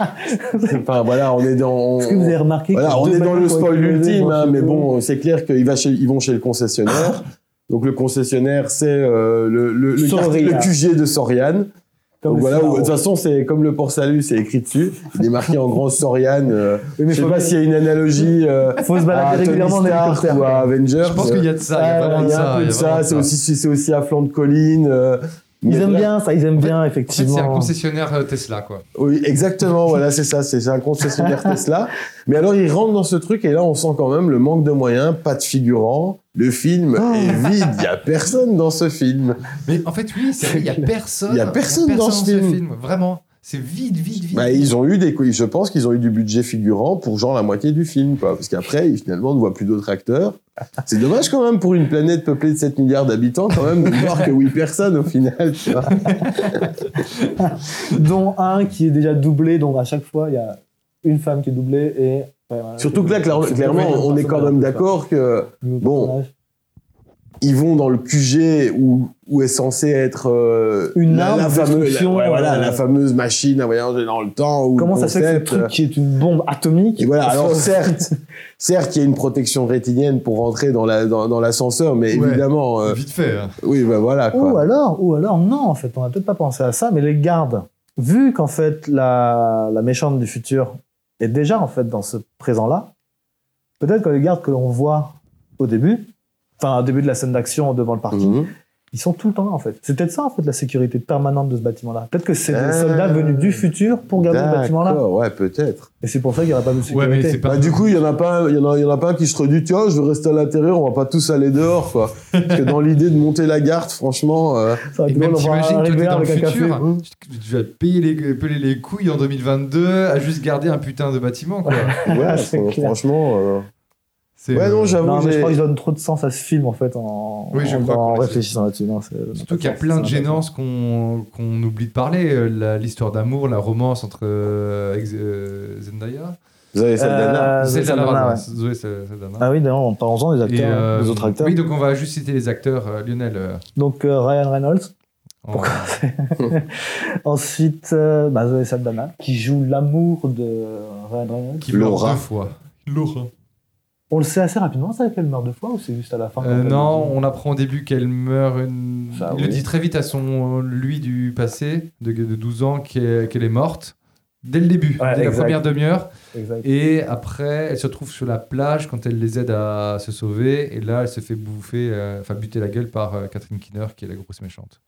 enfin voilà on est dans...
Est-ce que vous avez remarqué
Voilà,
que
on
deux
est dans le
manières ont
spoil
été posées
ultime,
dans
hein,
ce
mais
jeu
bon, c'est clair qu'ils va chez- ils vont chez le
Ah.
concessionnaire. Donc le concessionnaire, c'est euh, le, le, le,
Soria.
le QG de Soriane.
Comme hein.
Donc
le
voilà, où- de
Subaru.
toute façon, c'est comme le port salut, c'est écrit dessus. Il est marqué en grand Soriane. euh,
[LAUGHS] Oui,
je
mais
sais
faut-
pas s'il y a une analogie euh,
Faut se
à
balader
Tony
régulièrement en
Stark
hélicoptère.
ou à Avengers.
Je pense qu'il y a de ça, il y a
Ouais,
vraiment
Voilà,
de
il y a
ça. il y a vraiment
un peu de ça,
de
c'est aussi, c'est aussi à flanc de colline. euh,
Ils
mais
aiment
voilà.
bien ça, ils aiment bien,
En fait, c'est un
effectivement.
concessionnaire euh, Tesla, quoi.
Oui, exactement, voilà, c'est ça, c'est c'est un concessionnaire Tesla. Mais alors, il rentre dans ce truc et là, on sent quand même le manque de moyens, pas de figurants, le film est vide, il n'y a personne dans ce film.
Mais en fait, oui, c'est vrai, il y a personne.
Il y a personne dans ce film.
Vraiment. C'est vide, vide, vide.
Bah, ils ont eu des, couilles. je pense qu'ils ont eu du budget figurant pour genre la moitié du film, quoi. Parce qu'après, finalement, on ne voit plus d'autres acteurs. C'est dommage quand même pour une planète peuplée de 7 milliards d'habitants, quand même, de ne voir que 8 personnes au final, tu vois.
dont un qui est déjà doublé, donc à chaque fois, il y a une femme qui est doublée et. euh,
Surtout que là, clair-
c'est
clairement,
doublé,
on est quand même d'accord que Bon.
personnage.
ils vont dans le QG où, où est censé être euh,
Une
la,
arme
la
de
fameuse, la,
destruction,
ouais, voilà,
euh,
la fameuse machine à voyager dans le temps. Ou euh,
Comment ça se fait que ce truc qui est une bombe atomique
et voilà, alors certes, certes, il y a une protection rétinienne pour rentrer dans l'ascenseur, la, dans, dans l'ascenseur, mais
Ouais.
évidemment, euh,
Vite fait. hein.
oui, bah voilà
Ou
quoi.
alors, ou alors, non, en fait, on n'a peut-être pas pensé à ça, mais les gardes, vu qu'en fait, la, la méchante du futur est déjà, en fait, dans ce présent-là, peut-être que les gardes que l'on voit au début, enfin, au début de la scène d'action devant le parking,
Mhm.
ils sont tout le temps là, en fait. C'est peut-être ça, en fait, la sécurité permanente de ce bâtiment-là. Peut-être que c'est
Ah.
des soldats venus du futur pour garder ce bâtiment-là.
D'accord, ouais, peut-être.
Et c'est pour ça qu'il n'y aura pas de
Ouais,
sécurité.
mais c'est pas.
Bah, du coup, il y en a pas, un- il y en a, il y en a pas un qui se redit, tiens, je veux rester à l'intérieur, on va pas tous aller dehors,
[LAUGHS]
quoi. Parce que dans l'idée de monter la garde, franchement, euh,
Ça va
Et
être
même
drôle, on va
t'imagines, toi,
arriver
t'es dans le
avec un café.
futur, hein.
Mmh.
tu- tu vas te payer les, peler les couilles en 2022 à juste garder un putain de bâtiment, quoi.
ouais,
C'est
fran-
clair.
franchement. euh,
C'est,
Ouais, non,
euh,
j'avoue.
Non, mais je
j'ai-
crois que je donne trop de sens à ce film en fait en,
Oui, je
en-
crois
en
qu'on-
réfléchissant là-dessus. Non, c'est-
Surtout qu'il y a plein de gênances qu'on qu'on oublie de parler. Euh, la- L'histoire d'amour, la romance entre euh, ex- euh, Zendaya.
Vous avez celle d'Anna.
Euh,
Zoé
Zendaya,
Saldana,
ouais.
Zoé Saldana.
Ah oui, d'ailleurs, en parlant des
Et,
acteurs,
euh,
des autres acteurs.
Oui, donc on va juste citer les acteurs. euh, Lionel. euh,
Donc euh, Ryan Reynolds.
en-
[LAUGHS] Ensuite, euh, bah, Zoé Saldana, qui joue l'amour de Ryan Reynolds.
qui meurt
Laura.
deux fois. Laura.
On le sait assez rapidement, ça, qu'elle meurt deux fois ou c'est juste à la fin
Euh,
quand elle
non,
le dit
on apprend au début qu'elle meurt. une-
Ça,
Il le
oui.
dit très vite à son euh, lui du passé, de, de 12 ans, qu'elle qu'elle est morte. Dès le début,
Ouais,
dès la
exact.
première demi-heure.
Exact.
Et après, elle se retrouve sur la plage quand elle les aide à se sauver. Et là, elle se fait bouffer, euh, enfin buter la gueule par euh, Catherine Kinner, qui est la grosse méchante.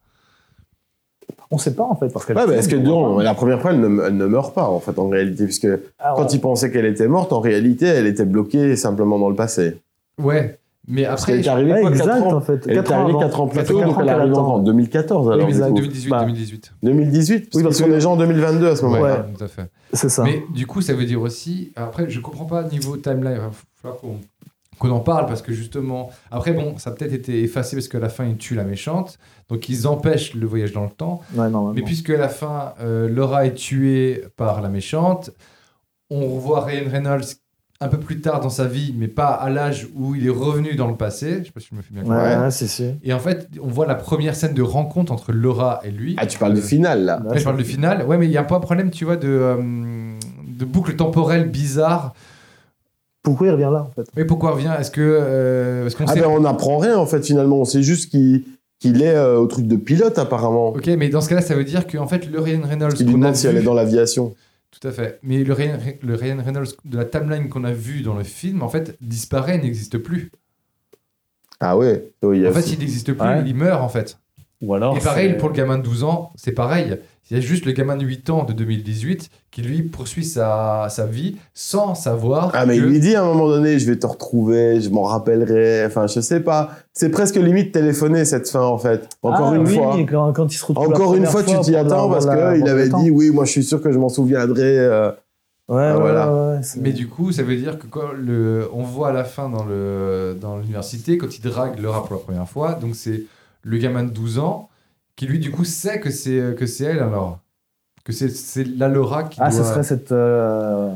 On sait pas en fait. Parce qu'elle
Ouais, mais est-ce que
filme,
non, la première fois, elle ne, elle ne meurt pas, en fait, en réalité, puisque
Alors,
quand ils pensaient qu'elle était morte, en réalité, elle était bloquée simplement dans le passé.
Ouais, mais
Parce qu'elle
après,
est arrivée,
ouais,
quoi,
exact,
4 ans
en fait.
Elle est
Quatre ans
arrivée
avant.
4 ans plus
Quatre
tôt,
ans
donc elle
qu'elle
arrive
attend.
en 2014, alors.
Exact,
du coup.
2018,
Bah,
2018.
2018,
Oui,
parce
parce
qu'ils sont
que-
déjà en 2022 à ce
Ouais,
moment-là.
tout à fait.
C'est
Hein.
ça.
Mais du coup, ça veut dire aussi. Après, je comprends pas niveau timeline. Il va falloir qu'on qu'on en parle parce que justement. Après, bon, ça a peut-être été effacé parce qu'à la fin, ils tuent la méchante. Donc, ils empêchent le voyage dans le temps.
Ah
Ouais, non,
Mais
non.
puisque à la fin, euh, Laura est tuée par la méchante, on revoit Ryan Reynolds un peu plus tard dans sa vie, mais pas à l'âge où il est revenu dans le passé. Je sais pas si je me fais bien
Ouais,
comprendre.
ouais, c'est sûr.
Et en fait, on voit la première scène de rencontre entre Laura et lui. Euh,
Ah, tu parles du final, là.
Là, je parle du final. Ouais, mais il y a pas un problème, tu vois, de, euh, de boucle temporelle bizarre.
Pourquoi il revient là en fait
Mais pourquoi on revient Est-ce que. euh, parce qu'on
Ah,
sait.
ben, on n'apprend rien, en fait, finalement. On sait juste qu'il qu'il est euh, au truc de pilote, apparemment.
Ok, mais dans ce cas-là, ça veut dire qu'en fait, le Ryan Reynolds.
Parce qu'il lui
qu'on a
demande si elle
vu-
est dans l'aviation.
Tout à fait. Mais le Ryan, le Ryan Reynolds de la timeline qu'on a vu dans le film, en fait, disparaît, n'existe plus.
Ah ouais. Oui, il y a-
En fait, il n'existe plus,
Ouais.
il meurt, en fait.
Ou alors.
Et pareil,
c'est-
pour le gamin de 12 ans, c'est pareil. Il y a juste le gamin de 8 ans de 2018 qui, lui, poursuit sa, sa vie sans savoir.
Ah, mais
que-
il lui dit à un moment donné, je vais te retrouver, je m'en rappellerai, enfin, je sais pas. C'est presque limite téléphoner cette fin, en fait. Encore
Ah
une
oui,
fois.
Quand, quand il se retrouve la
Encore une
première
fois, tu t'y
pour
attends
la-
parce
pour la-
qu'il
pour
avait
l'attendre.
dit, oui, moi, je suis sûr que je m'en souviendrai. euh.
Ouais, ouais,
voilà.
ouais, ouais, c'est-
Mais du coup, ça veut dire que quand le, on voit à la fin dans le dans l'université quand il drague Laura pour la première fois, donc c'est le gamin de 12 ans qui lui, du coup, sait que c'est que c'est elle alors. Que c'est- c'est la Laura qui
Ah, ce
doit-
serait cette, euh,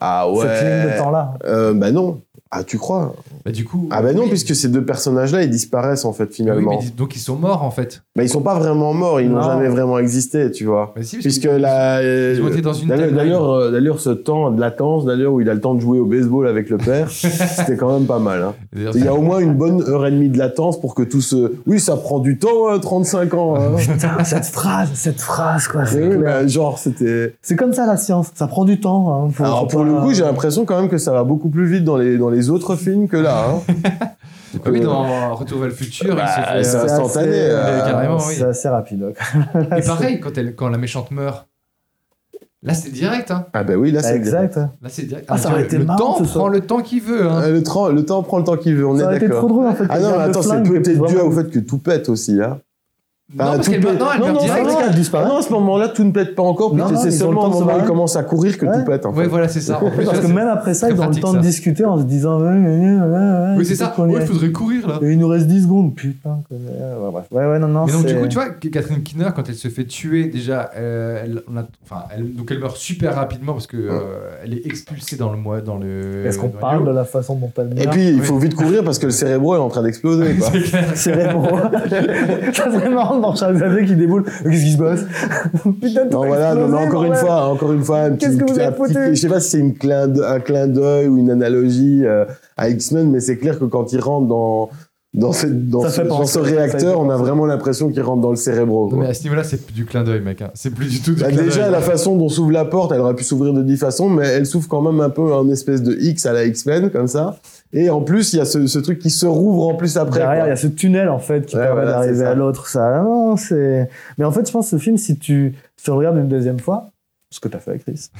Ah ouais.
cette ligne de temps-là.
Euh, bah non. Ah, tu crois
Bah, du coup.
Ah bah non,
oui.
puisque ces deux personnages-là, ils disparaissent en fait
Ah oui,
finalement.
mais dis- donc ils sont morts en fait.
Bah ils sont pas vraiment morts, ils n'ont
Non.
jamais vraiment existé, tu vois.
Bah, si, parce
Puisque
qu'ils-
la. euh,
ils ont été dans une
D'ailleurs,
timeline.
d'ailleurs, euh, d'ailleurs, ce temps de latence, d'ailleurs, où il a le temps de jouer au baseball avec le
[LAUGHS]
père, c'était quand même pas mal. hein.
D'ailleurs,
Il y a au moins une bonne heure et demie de latence pour que tout se. Oui, ça prend du temps, hein, 35 ans. [LAUGHS] hein.
Putain, [LAUGHS] cette phrase, cette phrase, quoi.
Mais
C'est
oui,
clair.
mais genre, c'était.
C'est comme ça la science, ça prend du temps. hein, faut-
Alors,
faut
pour
pas-
le coup, j'ai l'impression quand même que ça va beaucoup plus vite dans les, dans les autres films que là. hein.
Ah oui, dans Retour vers le futur,
Bah,
il se
c'est
fait.
C'est
instantané,
assez-
euh, Ah,
carrément, oui.
C'est assez rapide. quoi.
Et pareil, quand, elle, quand la méchante meurt. Là, c'est direct, hein.
Ah, ben oui, là, c'est
exact.
Là, c'est direct.
Ah, ça
mais
aurait
le-
été
le
marrant,
temps
ce
prend
soir.
le temps qu'il veut, hein.
Euh, Le, temps- le temps prend le temps qu'il veut, on
Ça aurait
est
été trop
d'accord.
drôle en fait.
Ah non, mais attends, c'est peut-être dû au fait que tout pète aussi, là.
Non,
Ah,
parce
tout
qu'elle
peut-
maintenant, elle
Non,
meurt
non,
direct.
non, Ah non, à ce moment-là, tout ne pète pas encore,
Non,
puisque
non,
c'est
ils ont le
seulement
temps
au
de se
moment où il
barrer.
commence à courir que
Ouais.
tout pète. En fait.
Ouais, voilà, c'est ça. En plus,
Parce que
ça,
même après ça,
c'est
ils ont le
pratique,
temps
ça.
de discuter en se disant. ouais, ouais, ouais, ouais,
Oui, c'est
faut
ça.
qu'on y
Oh, il
aille.
faudrait courir, là.
Et il nous reste 10 secondes, putain. quoi. Ouais, ouais, bref. Ouais, ouais, non, non.
Mais donc, du
c'est-
coup, tu vois, que- Catherine Kinner, quand elle se fait tuer, déjà, euh, elle, on a- enfin, elle- donc elle meurt super rapidement parce que euh, elle est expulsée dans le mois, dans le.
Est-ce qu'on
dans le
parle
lieu.
de la façon dont elle
Et
meurt
puis, il faut vite courir parce que le cérébro est en train d'exploser. quoi.
C'est clair.
Cérébro. [LAUGHS] ça serait marrant dans Charles Xavier qui déboule. Euh, Qu'est-ce qui se
[LAUGHS]
passe Putain, tout
Non,
va
voilà, non,
exploser,
non, encore une
bordel.
fois, hein, encore une fois, un petit,
Qu'est-ce que vous
un
avez
petit-
foutu
je sais pas si c'est une clin d- un clin d'œil ou une analogie euh, à X-Men, mais c'est clair que quand il rentre dans, dans, cette- dans
Ça
ce,
fait
dans
penser,
ce
ça fait
réacteur, on a
penser.
vraiment l'impression qu'il rentre dans le cérébro.
Non,
quoi.
mais à ce niveau-là, c'est plus du clin d'œil, mec. hein. C'est plus du tout du
Bah,
clin
déjà,
d'œil.
la façon dont s'ouvre la porte, elle aurait pu s'ouvrir de dix façons, mais elle s'ouvre quand même un peu en espèce de X à la X-Men, comme ça. Et en plus, il y a ce, ce truc qui se rouvre en plus après.
Derrière,
quoi.
il y a ce tunnel en fait qui
Ouais,
permet
voilà, c'est
d'arriver
ça.
à l'autre. Ça, non, c'est. Mais en fait, je pense que ce film, si tu, si tu le regardes une deuxième fois, ce que t'as fait avec Chris,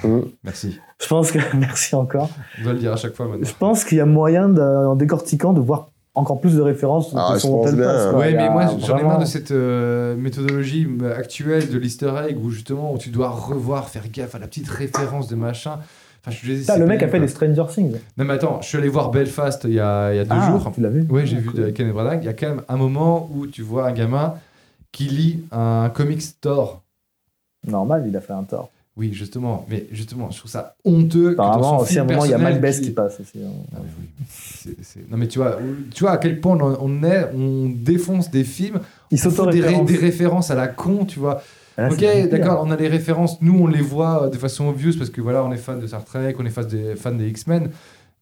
Merci.
je pense que [LAUGHS] merci encore.
On doit le dire à chaque fois maintenant.
Je pense qu'il y a moyen, de- en décortiquant, de voir encore plus de références
Ah,
de
je pense bien.
quoi.
Ouais,
Il y
mais
a
moi j'en ai
vraiment-
marre de cette euh, méthodologie euh, actuelle de l'easter egg où justement où tu dois revoir, faire gaffe à la petite référence de machin. Enfin, je suis désolé,
Putain,
c'est
le mec a
pénible,
fait
quoi.
des Stranger Things.
Non, mais attends, je suis allé voir Belfast il y a, il y a deux
Ah,
jours.
Tu l'as vu
Ouais, j'ai vu
Cool.
de Ken Branagh. Il y a quand même un moment où tu vois un gamin qui lit un comic store.
Normal, il a fait un tort.
Oui, justement. Mais justement, je trouve ça honteux. que dans
Apparemment,
son
aussi,
film
à un moment, il y a
personnel
Macbeth
qui-
qui passe euh, aussi.
Ah oui, oui. C'est- c'est- Non mais tu vois, tu vois à quel point on on est, on défonce des films,
Il
on fout des, ré-
s'autoréférence.
des références à la con, tu vois.
Ah,
ok,
c'est-
d'accord, on a les références, nous on les voit euh, de façon obvious parce que voilà, on est fan de Star Trek, on est fan des, fan des X-Men,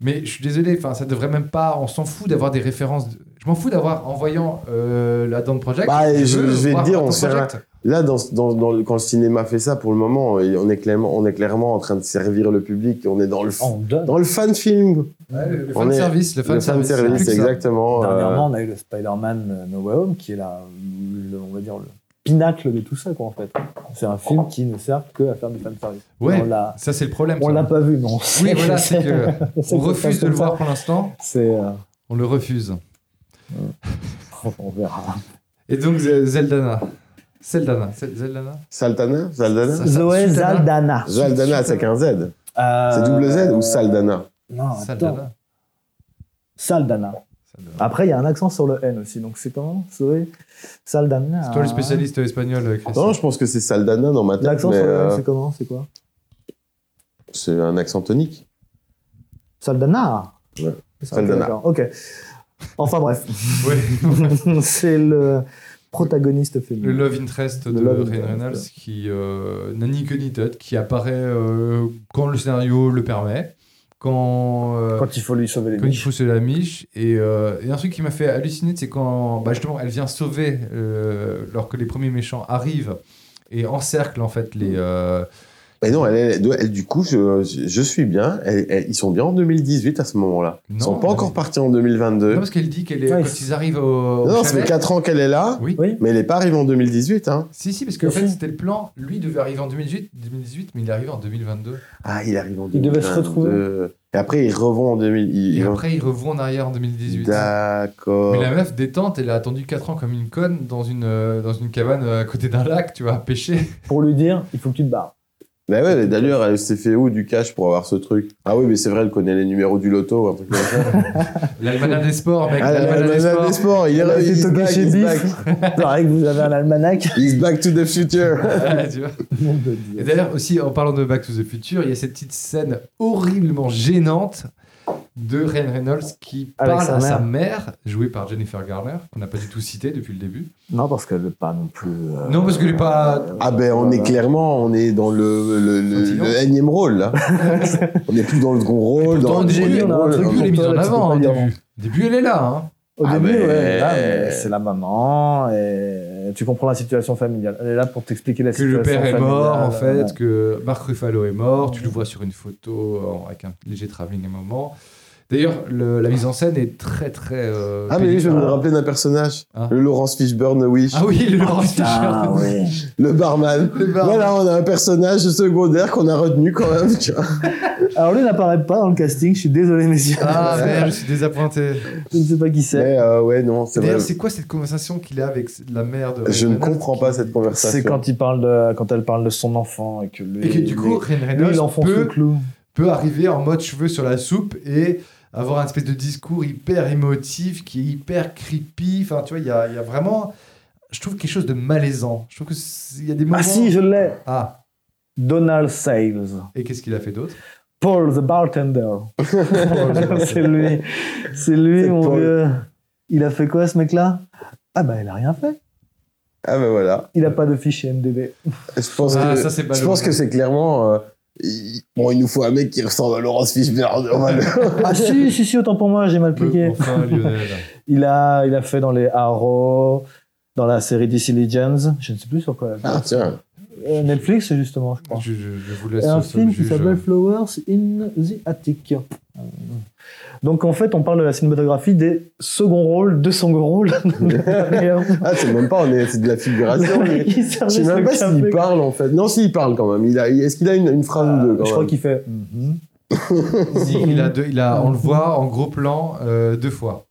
mais je suis désolé, enfin ça devrait même pas, on s'en fout d'avoir des références. de- Je m'en fous d'avoir en voyant euh, la Dante Project.
Bah, et je-
veux
je vais te
voir
dire,
Dante
on sert à-
Project.
Là, dans, dans, dans le- quand le cinéma fait ça, pour le moment, on est clairement, on est clairement en train de servir le public. On est dans le, f-
On donne.
dans le fan film.
Ouais, le, le
On
fan
est-
service, le
Le
fan
fan
service, c'est plus
service,
que ça.
exactement. euh,
Dernièrement, on a eu le Spider-Man euh, No Way Home, qui est la, le- on va dire, le pinacle de tout ça, quoi, en fait. C'est un film qui ne sert que à faire du fanservice.
Ouais,
On l'a,
ça c'est le problème.
on
ça.
l'a pas vu, mais on
Oui,
sait
voilà,
que
c'est que
[LAUGHS] on sait
on
que
refuse de le
ça-
voir pour l'instant.
C'est, euh,
On le refuse.
on verra.
Et donc Ze- Zeldana. Zeldana. Ze- Zeldana
Saltana, Zaldana,
Ça-
Zoé
Sultana.
Zaldana. Euh,
Zaldana, c'est qu'un Z. C'est double Z ou Saldana.
Non, attends.
Zeldana.
Saldana.
Zeldana.
Après, il y a un accent sur le N aussi, donc c'est comment Zoé hein. Saldana.
C'est toi le spécialiste espagnol, euh, Chris.
Ah
Non, je pense que c'est Saldana dans ma tête.
L'accent
mais,
sur le N,
euh,
c'est comment C'est quoi
c'est un accent tonique.
Saldana
Ouais.
Ça,
Saldana.
ok, d'accord. Ok. Enfin bref. [LAUGHS]
Ouais.
c'est le protagoniste féminin.
Le love interest
Le
de
love
Ryan
interest,
Reynolds
ouais.
qui euh, n'a ni queue ni tête, qui apparaît euh, quand le scénario le permet, quand, euh,
Quand il faut lui sauver les
quand il
biches.
faut se la miche. Et, euh, et un truc qui m'a fait halluciner, c'est quand bah, justement elle vient sauver, euh, alors que les premiers méchants arrivent et encerclent en fait les. euh,
Mais non, elle, est- elle doit- elle- du coup, je, je suis bien. Elle- elle- ils sont bien en 2018 à ce moment-là. Ils
Non,
sont pas
mais-
encore partis en
Non,
2022.
parce qu'elle dit qu'elle est.
Ouais,
quand ils arrivent au. au
Non, ça
chalet-
fait 4 ans qu'elle est là,
Oui.
Oui.
mais elle est pas arrivée en 2018. Hein.
Si, si, parce qu'en
Bien
fait,
sûr.
c'était le plan. Lui devait arriver en 2018, 2018 mais il est arrivé en 2022.
Ah, il arrive en 2022.
Ils devaient se retrouver.
Et après, ils revont en 2000. ils-
Et,
ils-
après, il revoit en arrière en 2018.
D'accord.
Mais la meuf détente, elle a attendu 4 ans comme une conne dans une, euh, dans une cabane euh, à côté d'un lac, tu vois, à pêcher.
Pour lui dire, il faut que tu te barres.
Mais Bah ouais, mais d'ailleurs, elle s'est fait où du cash pour avoir ce truc Ah oui, mais c'est vrai, elle connaît les numéros du loto ou un truc comme [LAUGHS] ça.
[LAUGHS] [LAUGHS] L'almanach des sports, mec.
Ah,
l'almanach
l'almanach
des sports.
des sports, il est
a
il
été
se
toqué
back,
chez
il se
Biff. [LAUGHS]
back.
Pareil que vous avez un almanach. [LAUGHS]
He's back to the future.
Ah, tu vois. Et d'ailleurs, aussi, en parlant de Back to the Future, il y a cette petite scène horriblement gênante de Ryan Reynolds qui
Avec
parle
sa
à sa mère, jouée par Jennifer Garner, qu'on n'a pas du tout citée depuis le début.
Non, parce qu'elle n'est pas non plus. euh,
Non, parce qu'elle est pas-
Ah ben, on est clairement, on est dans le, le, le,
Continent.
le énième rôle, là. on n'est plus dans le second rôle.
Pourtant,
Dans
au
le
début,
premier
on a un
rôle. hein.
truc
Au début, elle est mise en avant.
Totalement.
Au début. Au début, elle est là. hein.
Au
Ah,
début,
mais-
ouais, là, mais c'est la maman et tu comprends la situation familiale. Elle est là pour t'expliquer la
Que
situation
le père est
familiale.
mort, en fait,
euh,
que Marc Ruffalo est mort. Tu le vois sur une photo euh, avec un léger travelling à un moment. D'ailleurs, le- la mise en scène est très, très. euh,
Ah mais oui, je vais
pénible.
me rappeler d'un personnage.
Ah.
Le Laurence Fishburne, oui.
Ah oui, le Laurent
Ah
[LAUGHS] Fischer.
[LAUGHS]
ouais.
Le barman. Voilà, on a un personnage secondaire qu'on a retenu quand même. tu vois.
Alors lui n'apparaît pas dans le casting, je suis désolé, messieurs. [LAUGHS]
Ah merde, je suis désappointé.
je ne sais pas qui c'est.
Mais euh, ouais, non, c'est vrai.
D'ailleurs, c'est quoi cette conversation qu'il a avec la mère de
Je
Ryan
ne
Reynolds
comprends pas
qui-
cette conversation.
C'est quand, il parle de, quand elle parle de son enfant et que lui.
Et que du coup,
lui-
Ryan
lui, il
Reynolds
enfonce le
peut,
clou.
peut arriver en mode cheveux sur la soupe et avoir un espèce de discours hyper émotif qui est hyper creepy. Enfin, tu vois, il y a, il y a vraiment. Je trouve quelque chose de malaisant. Je trouve que c'est- il y a des moments.
Ah si, je l'ai.
Ah,
Donald Sales.
et qu'est-ce qu'il a fait d'autre
Paul the bartender.
[LAUGHS]
c'est lui. C'est lui,
C'est
mon
Paul.
vieux. Il a fait quoi, ce mec-là Ah bah, il a rien fait.
Ah ben voilà.
Il a pas de fichier
[LAUGHS]
MDB.
Je pense
Ah,
que
ça, c'est pas
je
le
pense
bon.
que c'est clairement. euh, il- Bon, il nous faut un mec qui ressemble à Laurence Fishburne. On va le-
Ah si, si, si, autant pour moi, j'ai mal cliqué. [LAUGHS]
Enfin, Lionel.
Il a, il a fait dans les Arrow, dans la série DC Legends, je ne sais plus sur quoi.
Ah tiens.
Euh, Netflix, justement, je crois.
Je, je- je vous laisse.
Et un
seul
film qui
juge.
hein.
s'appelle Flowers in the Attic. Donc en fait, on parle de la cinématographie des seconds rôles, de second
[LAUGHS]
rôle. [LAUGHS]
Ah, c'est même pas, on est, Ah, c'est de la
[LAUGHS]
figuration. lui.
Il
Je
servait
sais
ce
même pas
café,
s'il
quoi.
parle en fait. Non, si, il parle quand même. Il a, est-ce qu'il a une, une phrase ou deux
Euh,
quand
Euh, Je crois
même
qu'il fait.
Mhm. Si, il a deux- il a, on le voit en gros plan euh, deux fois.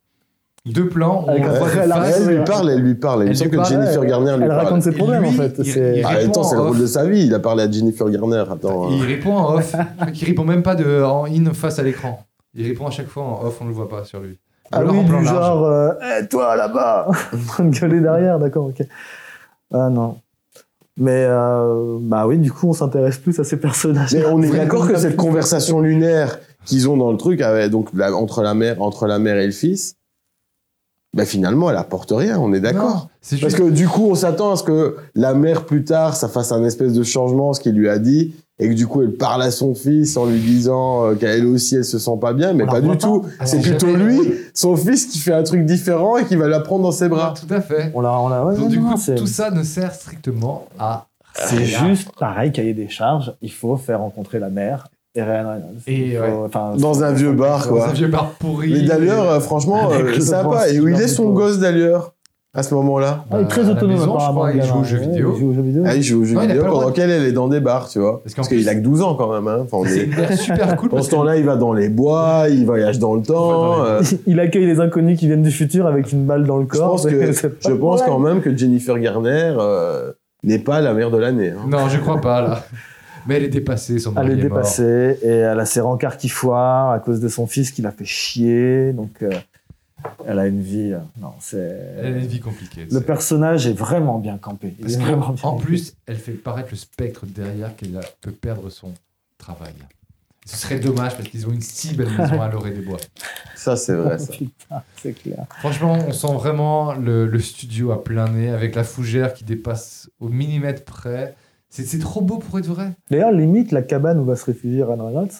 Deux plans, où on
Avec
le
un
voit de
très large
face.
Elle lui parle, elle lui parle. Il me
Elle
semble
lui
que
parle,
Jennifer
elle-
Garner lui
Elle
parle.
raconte hein. ses
Et
problèmes
lui,
en fait.
il-
C'est-
il-
Ah, attends, c'est le
répond en
rôle
off.
de sa vie. Il a parlé à Jennifer Garner. Attends.
Il
euh,
répond en off. Je crois qu'il répond même pas de, en in face à l'écran. Il répond à chaque fois en off, on le voit pas sur lui.
Ah
Ou alors
oui,
en plan
du
large.
genre, euh, Eh, toi là-bas, [LAUGHS] en train de gueuler derrière, d'accord, ok. Ah non. Mais euh, bah oui, du coup, on s'intéresse plus à ces personnages.
Mais on est d'accord que cette conversation lunaire qu'ils ont dans le truc, avec- donc la- entre la mère, entre la mère et le fils, bah finalement, elle apporte rien. On est d'accord.
Non, C'est
Parce
juste.
que du coup, on s'attend à ce que la mère plus tard, ça fasse un espèce de changement, ce qu'il lui a dit, et que du coup, elle parle à son fils en lui disant euh, qu'elle aussi, elle se sent pas bien, mais
On la
pas
voit
du
pas.
tout.
Ah,
C'est
non,
plutôt
jamais.
lui, son fils, qui fait un truc différent et qui va la prendre dans ses bras.
Tout à fait.
On l'a, on l'a. ouais,
Donc
non,
du
non,
coup,
c'est-
tout ça ne sert strictement à.
C'est
rien.
juste pareil, cahier des charges. Il faut faire rencontrer la mère et Ryan Reynolds.
Et
Il faut-
ouais.
enfin,
Dans un vieux bar,
Dans
quoi.
un vieux bar pourri.
Mais d'ailleurs, euh, franchement,
Avec
euh,
le
sympa.
prince
Et
qui
où il
dort
est
du
son
pauvre.
gosse, d'ailleurs, à ce moment-là
Ah, il est très
Bah, à la
autonome
maison, je
apparemment.
crois,
le
il
gamin.
joue aux jeux
Ouais,
vidéo.
Il joue aux jeux vidéo.
Ah, il joue aux jeux
Ouais, il a
vidéo
pas le droit
pendant
de-
qu'elle, elle est dans des bars, tu vois.
Parce
Parce,
qu'en
qu'il
plus-
a que 12 ans quand même. Hein. Enfin, on
C'est [LAUGHS]
est...
une
[LAUGHS]
mère super cool.
Pendant
parce
ce temps-là, il va dans les bois, il voyage dans le temps. euh,
[LAUGHS] Il accueille les inconnus qui viennent du futur avec une balle dans le
Je
corps.
pense, que, [LAUGHS]
mais [LAUGHS] c'est pas
je pense
vrai.
quand même que Jennifer Garner euh, n'est pas la mère de l'année. hein.
Non, je crois pas là. Mais elle est dépassée, son mari
Elle est
Ah, est mort.
dépassée et elle a ses rencarts qui foirent à cause de son fils qui l'a fait chier. Donc, euh, elle a une vie. euh, non,
Elle a une
c'est.
vie compliquée.
Le
c'est-
personnage est vraiment bien campé. Il
Parce
est
que,
vraiment bien
en
écrit.
plus, elle fait paraître le spectre derrière qu'elle a- peut perdre son travail. Ce serait dommage parce qu'ils ont une si belle maison à l'orée des bois.
Ça, c'est vrai. Ça.
Putain, c'est clair.
Franchement, on sent vraiment le, le studio à plein nez avec la fougère qui dépasse au millimètre près. C'est c'est trop beau pour être vrai.
D'ailleurs, limite, la cabane où va se réfugier Ryan Reynolds,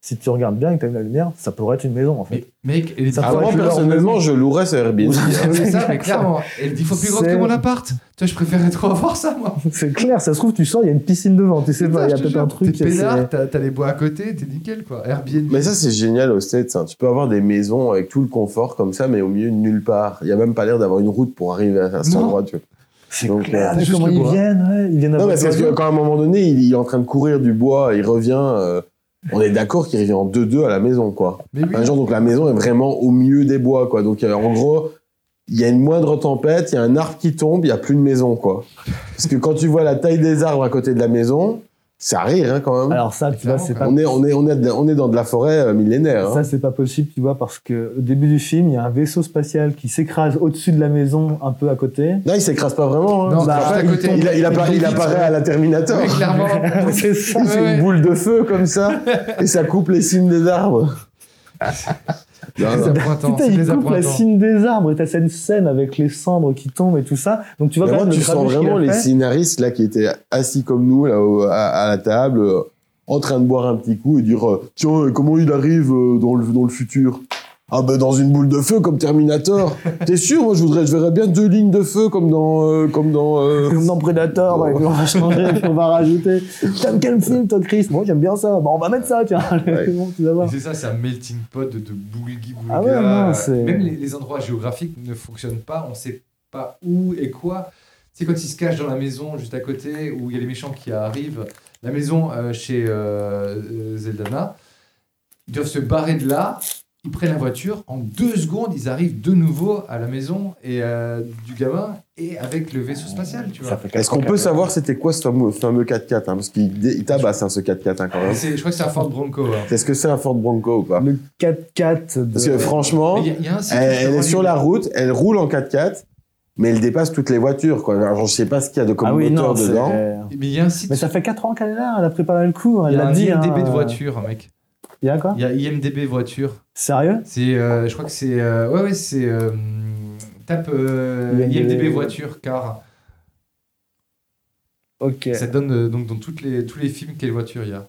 si tu regardes bien et que tu as la lumière, ça pourrait être une maison en fait.
Mais mec, elle est dix
Ça
Ah,
fois
moi,
plus
leur
personnellement,
maison.
je louerais ce Airbnb. hein.
[LAUGHS] grande. C'est ça,
[LAUGHS]
mais clairement, elle est dix fois plus grande
C'est-
que mon appart. Tu vois, je préférais trop avoir ça, moi.
C'est clair, ça se trouve, tu sors, il y a une piscine devant, tu sais pas, il y a
Je te
peut-être
jure,
un truc.
T'es
c'est-
peinard, t'as t'as les bois à côté, t'es nickel, quoi. Airbnb.
Mais ça, c'est génial aux States. hein. Tu peux avoir des maisons avec tout le confort comme ça, mais au milieu de nulle part. Il n'y a même pas l'air d'avoir une route pour arriver à cet
Non.
endroit. Tu vois.
C'est
Donc,
clair,
euh,
mais
juste
comment
le
ils
bois.
viennent, ouais, ils viennent à
Non, mais
votre
c'est parce que
maison.
quand à un moment donné, il, il est en train de courir du bois, il revient. euh, on est d'accord qu'il revient en 2-2 à la maison, quoi.
Mais oui,
Un genre, donc la maison est vraiment au milieu des bois, quoi. Donc euh, en gros, il y a une moindre tempête, il y a un arbre qui tombe, il n'y a plus de maison, quoi. Parce que quand tu vois la taille des arbres à côté de la maison, C'est à rire, hein, quand même.
Alors ça, tu vois, c'est pas
on, est, on, est, on, est, on est dans de la forêt euh, millénaire. hein.
Ça, c'est pas possible, tu vois, parce que au début du film, il y a un vaisseau spatial qui s'écrase au-dessus de la maison, un peu à côté.
Non, il s'écrase pas vraiment. hein.
Non,
il,
bah,
s'écrase-
juste à côté.
il, a- il, appara-
Il
il apparaît à la Terminator.
Oh.
Ouais, clairement.
[LAUGHS] c'est ça.
C'est
Ouais, ouais.
une boule de feu comme ça, et ça coupe les cimes des
[LAUGHS]
arbres.
Ah
Non,
C'est
non.
les appointants,
Putain,
c'est
il
les
coupe la
appointants.
cime des arbres et t'as cette scène avec les cendres qui tombent et tout ça. Donc tu vois
Mais
quand
moi,
même
tu
le
sens
grabuge qu'il a
vraiment les
fait.
scénaristes là qui étaient assis comme nous là au- à, à la table, euh, en train de boire un petit coup et dire euh, tiens euh, comment il arrive euh, dans le dans le futur. Ah ben dans une boule de feu comme Terminator. T'es sûr Moi je voudrais, je verrais bien deux lignes de feu comme dans euh, comme dans. euh,
Comme dans Predator, ouais, qu'on va
[LAUGHS]
changer, qu'on va rajouter. T'aimes quel film, toi, Chris Moi, j'aime bien ça. Bah, on va mettre ça, tiens.
Ouais.
[LAUGHS] C'est bon, tu vas voir.
Et C'est ça, c'est un melting pot de, de boulgui boulga.
Ah ouais, non, c'est-
Même les, les endroits géographiques ne fonctionnent pas, on sait pas où et quoi. C'est quand ils se cachent dans la maison juste à côté où il y a les méchants qui arrivent. La maison euh, chez euh, euh, Zeldana, ils doivent se barrer de là. Ils prennent la voiture, en deux secondes, ils arrivent de nouveau à la maison et euh, du gamin et avec le vaisseau spatial, tu vois.
Est-ce qu'on peut savoir c'était quoi ce fameux, fameux 4x4 hein, Parce qu'il dé- il tabasse hein, ce 4x4 hein, quand même.
C'est- Je crois que c'est un Ford Bronco. hein.
Est-ce que c'est un Ford Bronco ou pas
Le 4x4 de...
Parce que franchement,
Oh.
Mais il y a- il y a un site
Eh,
Elle,
qui
elle est
s'appelle
sur la route, elle roule en 4x4, mais elle dépasse toutes les voitures. Quoi. Alors, je sais pas ce qu'il y a de comme
ah oui,
moteur
non, c'est-
dedans.
Eh, Mais il y a un site.
Mais ça fait 4 ans qu'elle est là, elle a préparé le coup.
il
Elle
y a
l'a
un
dit.
IMDB
hein.
de voiture, mec.
Il y a quoi
Il y a IMDB voiture.
Sérieux
C'est, euh, je crois que c'est, euh, ouais, ouais, c'est. euh, tape euh,
IMDb.
IMDB, voiture car
Ok.
ça donne euh, donc dans toutes les tous les films quelle voiture il y a.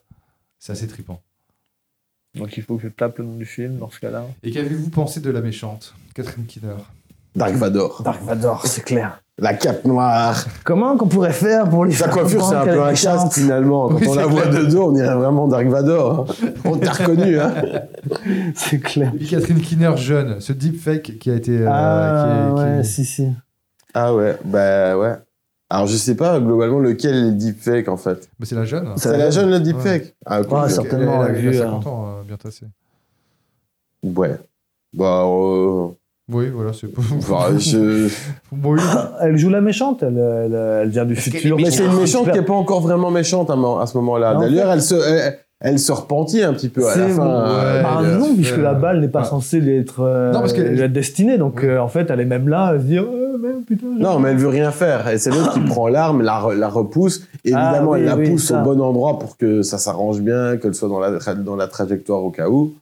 C'est assez trippant.
Donc il faut que je tape le nom du film dans ce cas-là.
Et qu'avez-vous pensé de la méchante Catherine Kinner
Dark Vador,
Dark Vador, c'est clair.
la
[LAUGHS]
cape noire.
Comment qu'on pourrait faire pour lui
Sa
faire
coiffure, c'est
comprendre
un
qu'elle
peu
est
un
méchante
casque finalement. Quand
Oui,
on
c'est
la voit
clair.
de dos, on dirait vraiment Dark Vador.
[LAUGHS]
hein. On t'a reconnu. Hein.
C'est clair.
Et Catherine Kinner jeune, ce deepfake qui a été. euh,
ah
qui est- qui est-
ouais, si, si.
Ah ouais, bah ouais. Alors je sais pas globalement lequel est le deepfake en fait.
Bah, c'est la jeune.
C'est la jeune le deepfake Ah cool.
Ouais,
ok.
certainement.
Elle, a- elle a
vu,
50 ans, euh, bientôt assez.
Ouais. Bah, euh,
Oui, voilà, c'est. [LAUGHS]
bah, je-
Oui.
Elle joue la méchante, elle, elle, elle vient du futur.
Mais c'est une méchante qui est pas encore vraiment méchante à, mo- à ce moment-là.
Non, en
D'ailleurs, elle se, elle, elle se repentit un petit peu à la
C'est
fin.
bon,
euh,
ouais.
Bah,
elle,
non,
euh,
puisque
euh,
la balle n'est pas
ouais.
censée être euh,
Non, parce que-
lui être destinée. Donc
Oui.
euh, en fait, elle est même là, elle se dit oh, mais putain. j'ai-
Non, mais elle veut rien faire. Et c'est
[COUGHS]
l'autre qui prend l'arme, la, re- la repousse. Et
Ah,
évidemment,
oui,
elle la
oui,
pousse
ça.
au bon endroit pour que ça s'arrange bien, qu'elle soit dans la, tra- dans la trajectoire au cas où.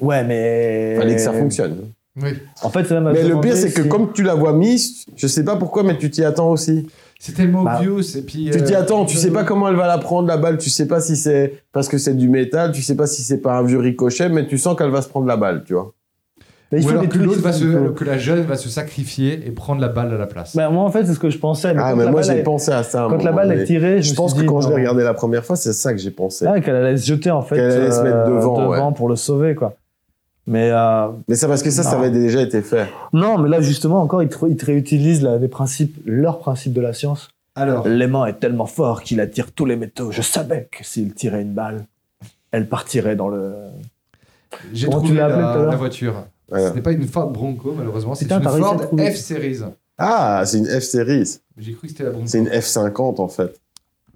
Ouais, mais.
Fallait que ça fonctionne.
Bah,
oui.
En fait, c'est même à
Mais
se
le pire,
demander
c'est que
si-
comme tu la vois mise, je sais pas pourquoi, mais tu t'y attends aussi.
C'est tellement
Bah,
obvious et puis.
Tu t'y
euh,
attends, tu sais pas comment elle va la prendre la balle, tu sais pas si c'est parce que c'est du métal, tu sais pas si c'est pas un vieux ricochet, mais tu sens qu'elle va se prendre la balle, tu vois.
Mais il
Ou
faut
alors
des
que
trucs
l'autre va
qui font-
se, que la jeune va se sacrifier et prendre la balle à la place.
Bah, moi, en fait, c'est ce que je pensais. mais
Ah,
quand
mais
la
moi
balle
j'ai
est-
pensé à ça. à un
Quand la
moment
balle
donné.
est tirée,
je
me
pense
suis
que
dit,
quand je l'ai
non.
regardé la première fois, c'est ça que j'ai pensé.
Ah, qu'elle allait se jeter en fait. euh,
Qu'elle allait se mettre devant,
pour le sauver quoi. Mais euh,
Mais c'est parce que ça, ça
Non.
avait déjà été fait.
non, mais là justement encore ils, te- ils te réutilisent là, les principes, leurs principes de la science.
Alors.
L'aimant est tellement fort qu'il attire tous les métaux. Je savais que s'il tirait une balle, elle partirait dans le.
J'ai
Comment
trouvé
tu l'as
la,
appelée tout à l'heure
la voiture.
Ouais.
Ce n'est pas une Ford Bronco, malheureusement. C'est
Putain,
une
t'as réussi à
Ford
trouver.
F-Series.
Ah, c'est une F-Series.
J'ai cru que c'était la Bronco.
C'est une F50 en fait.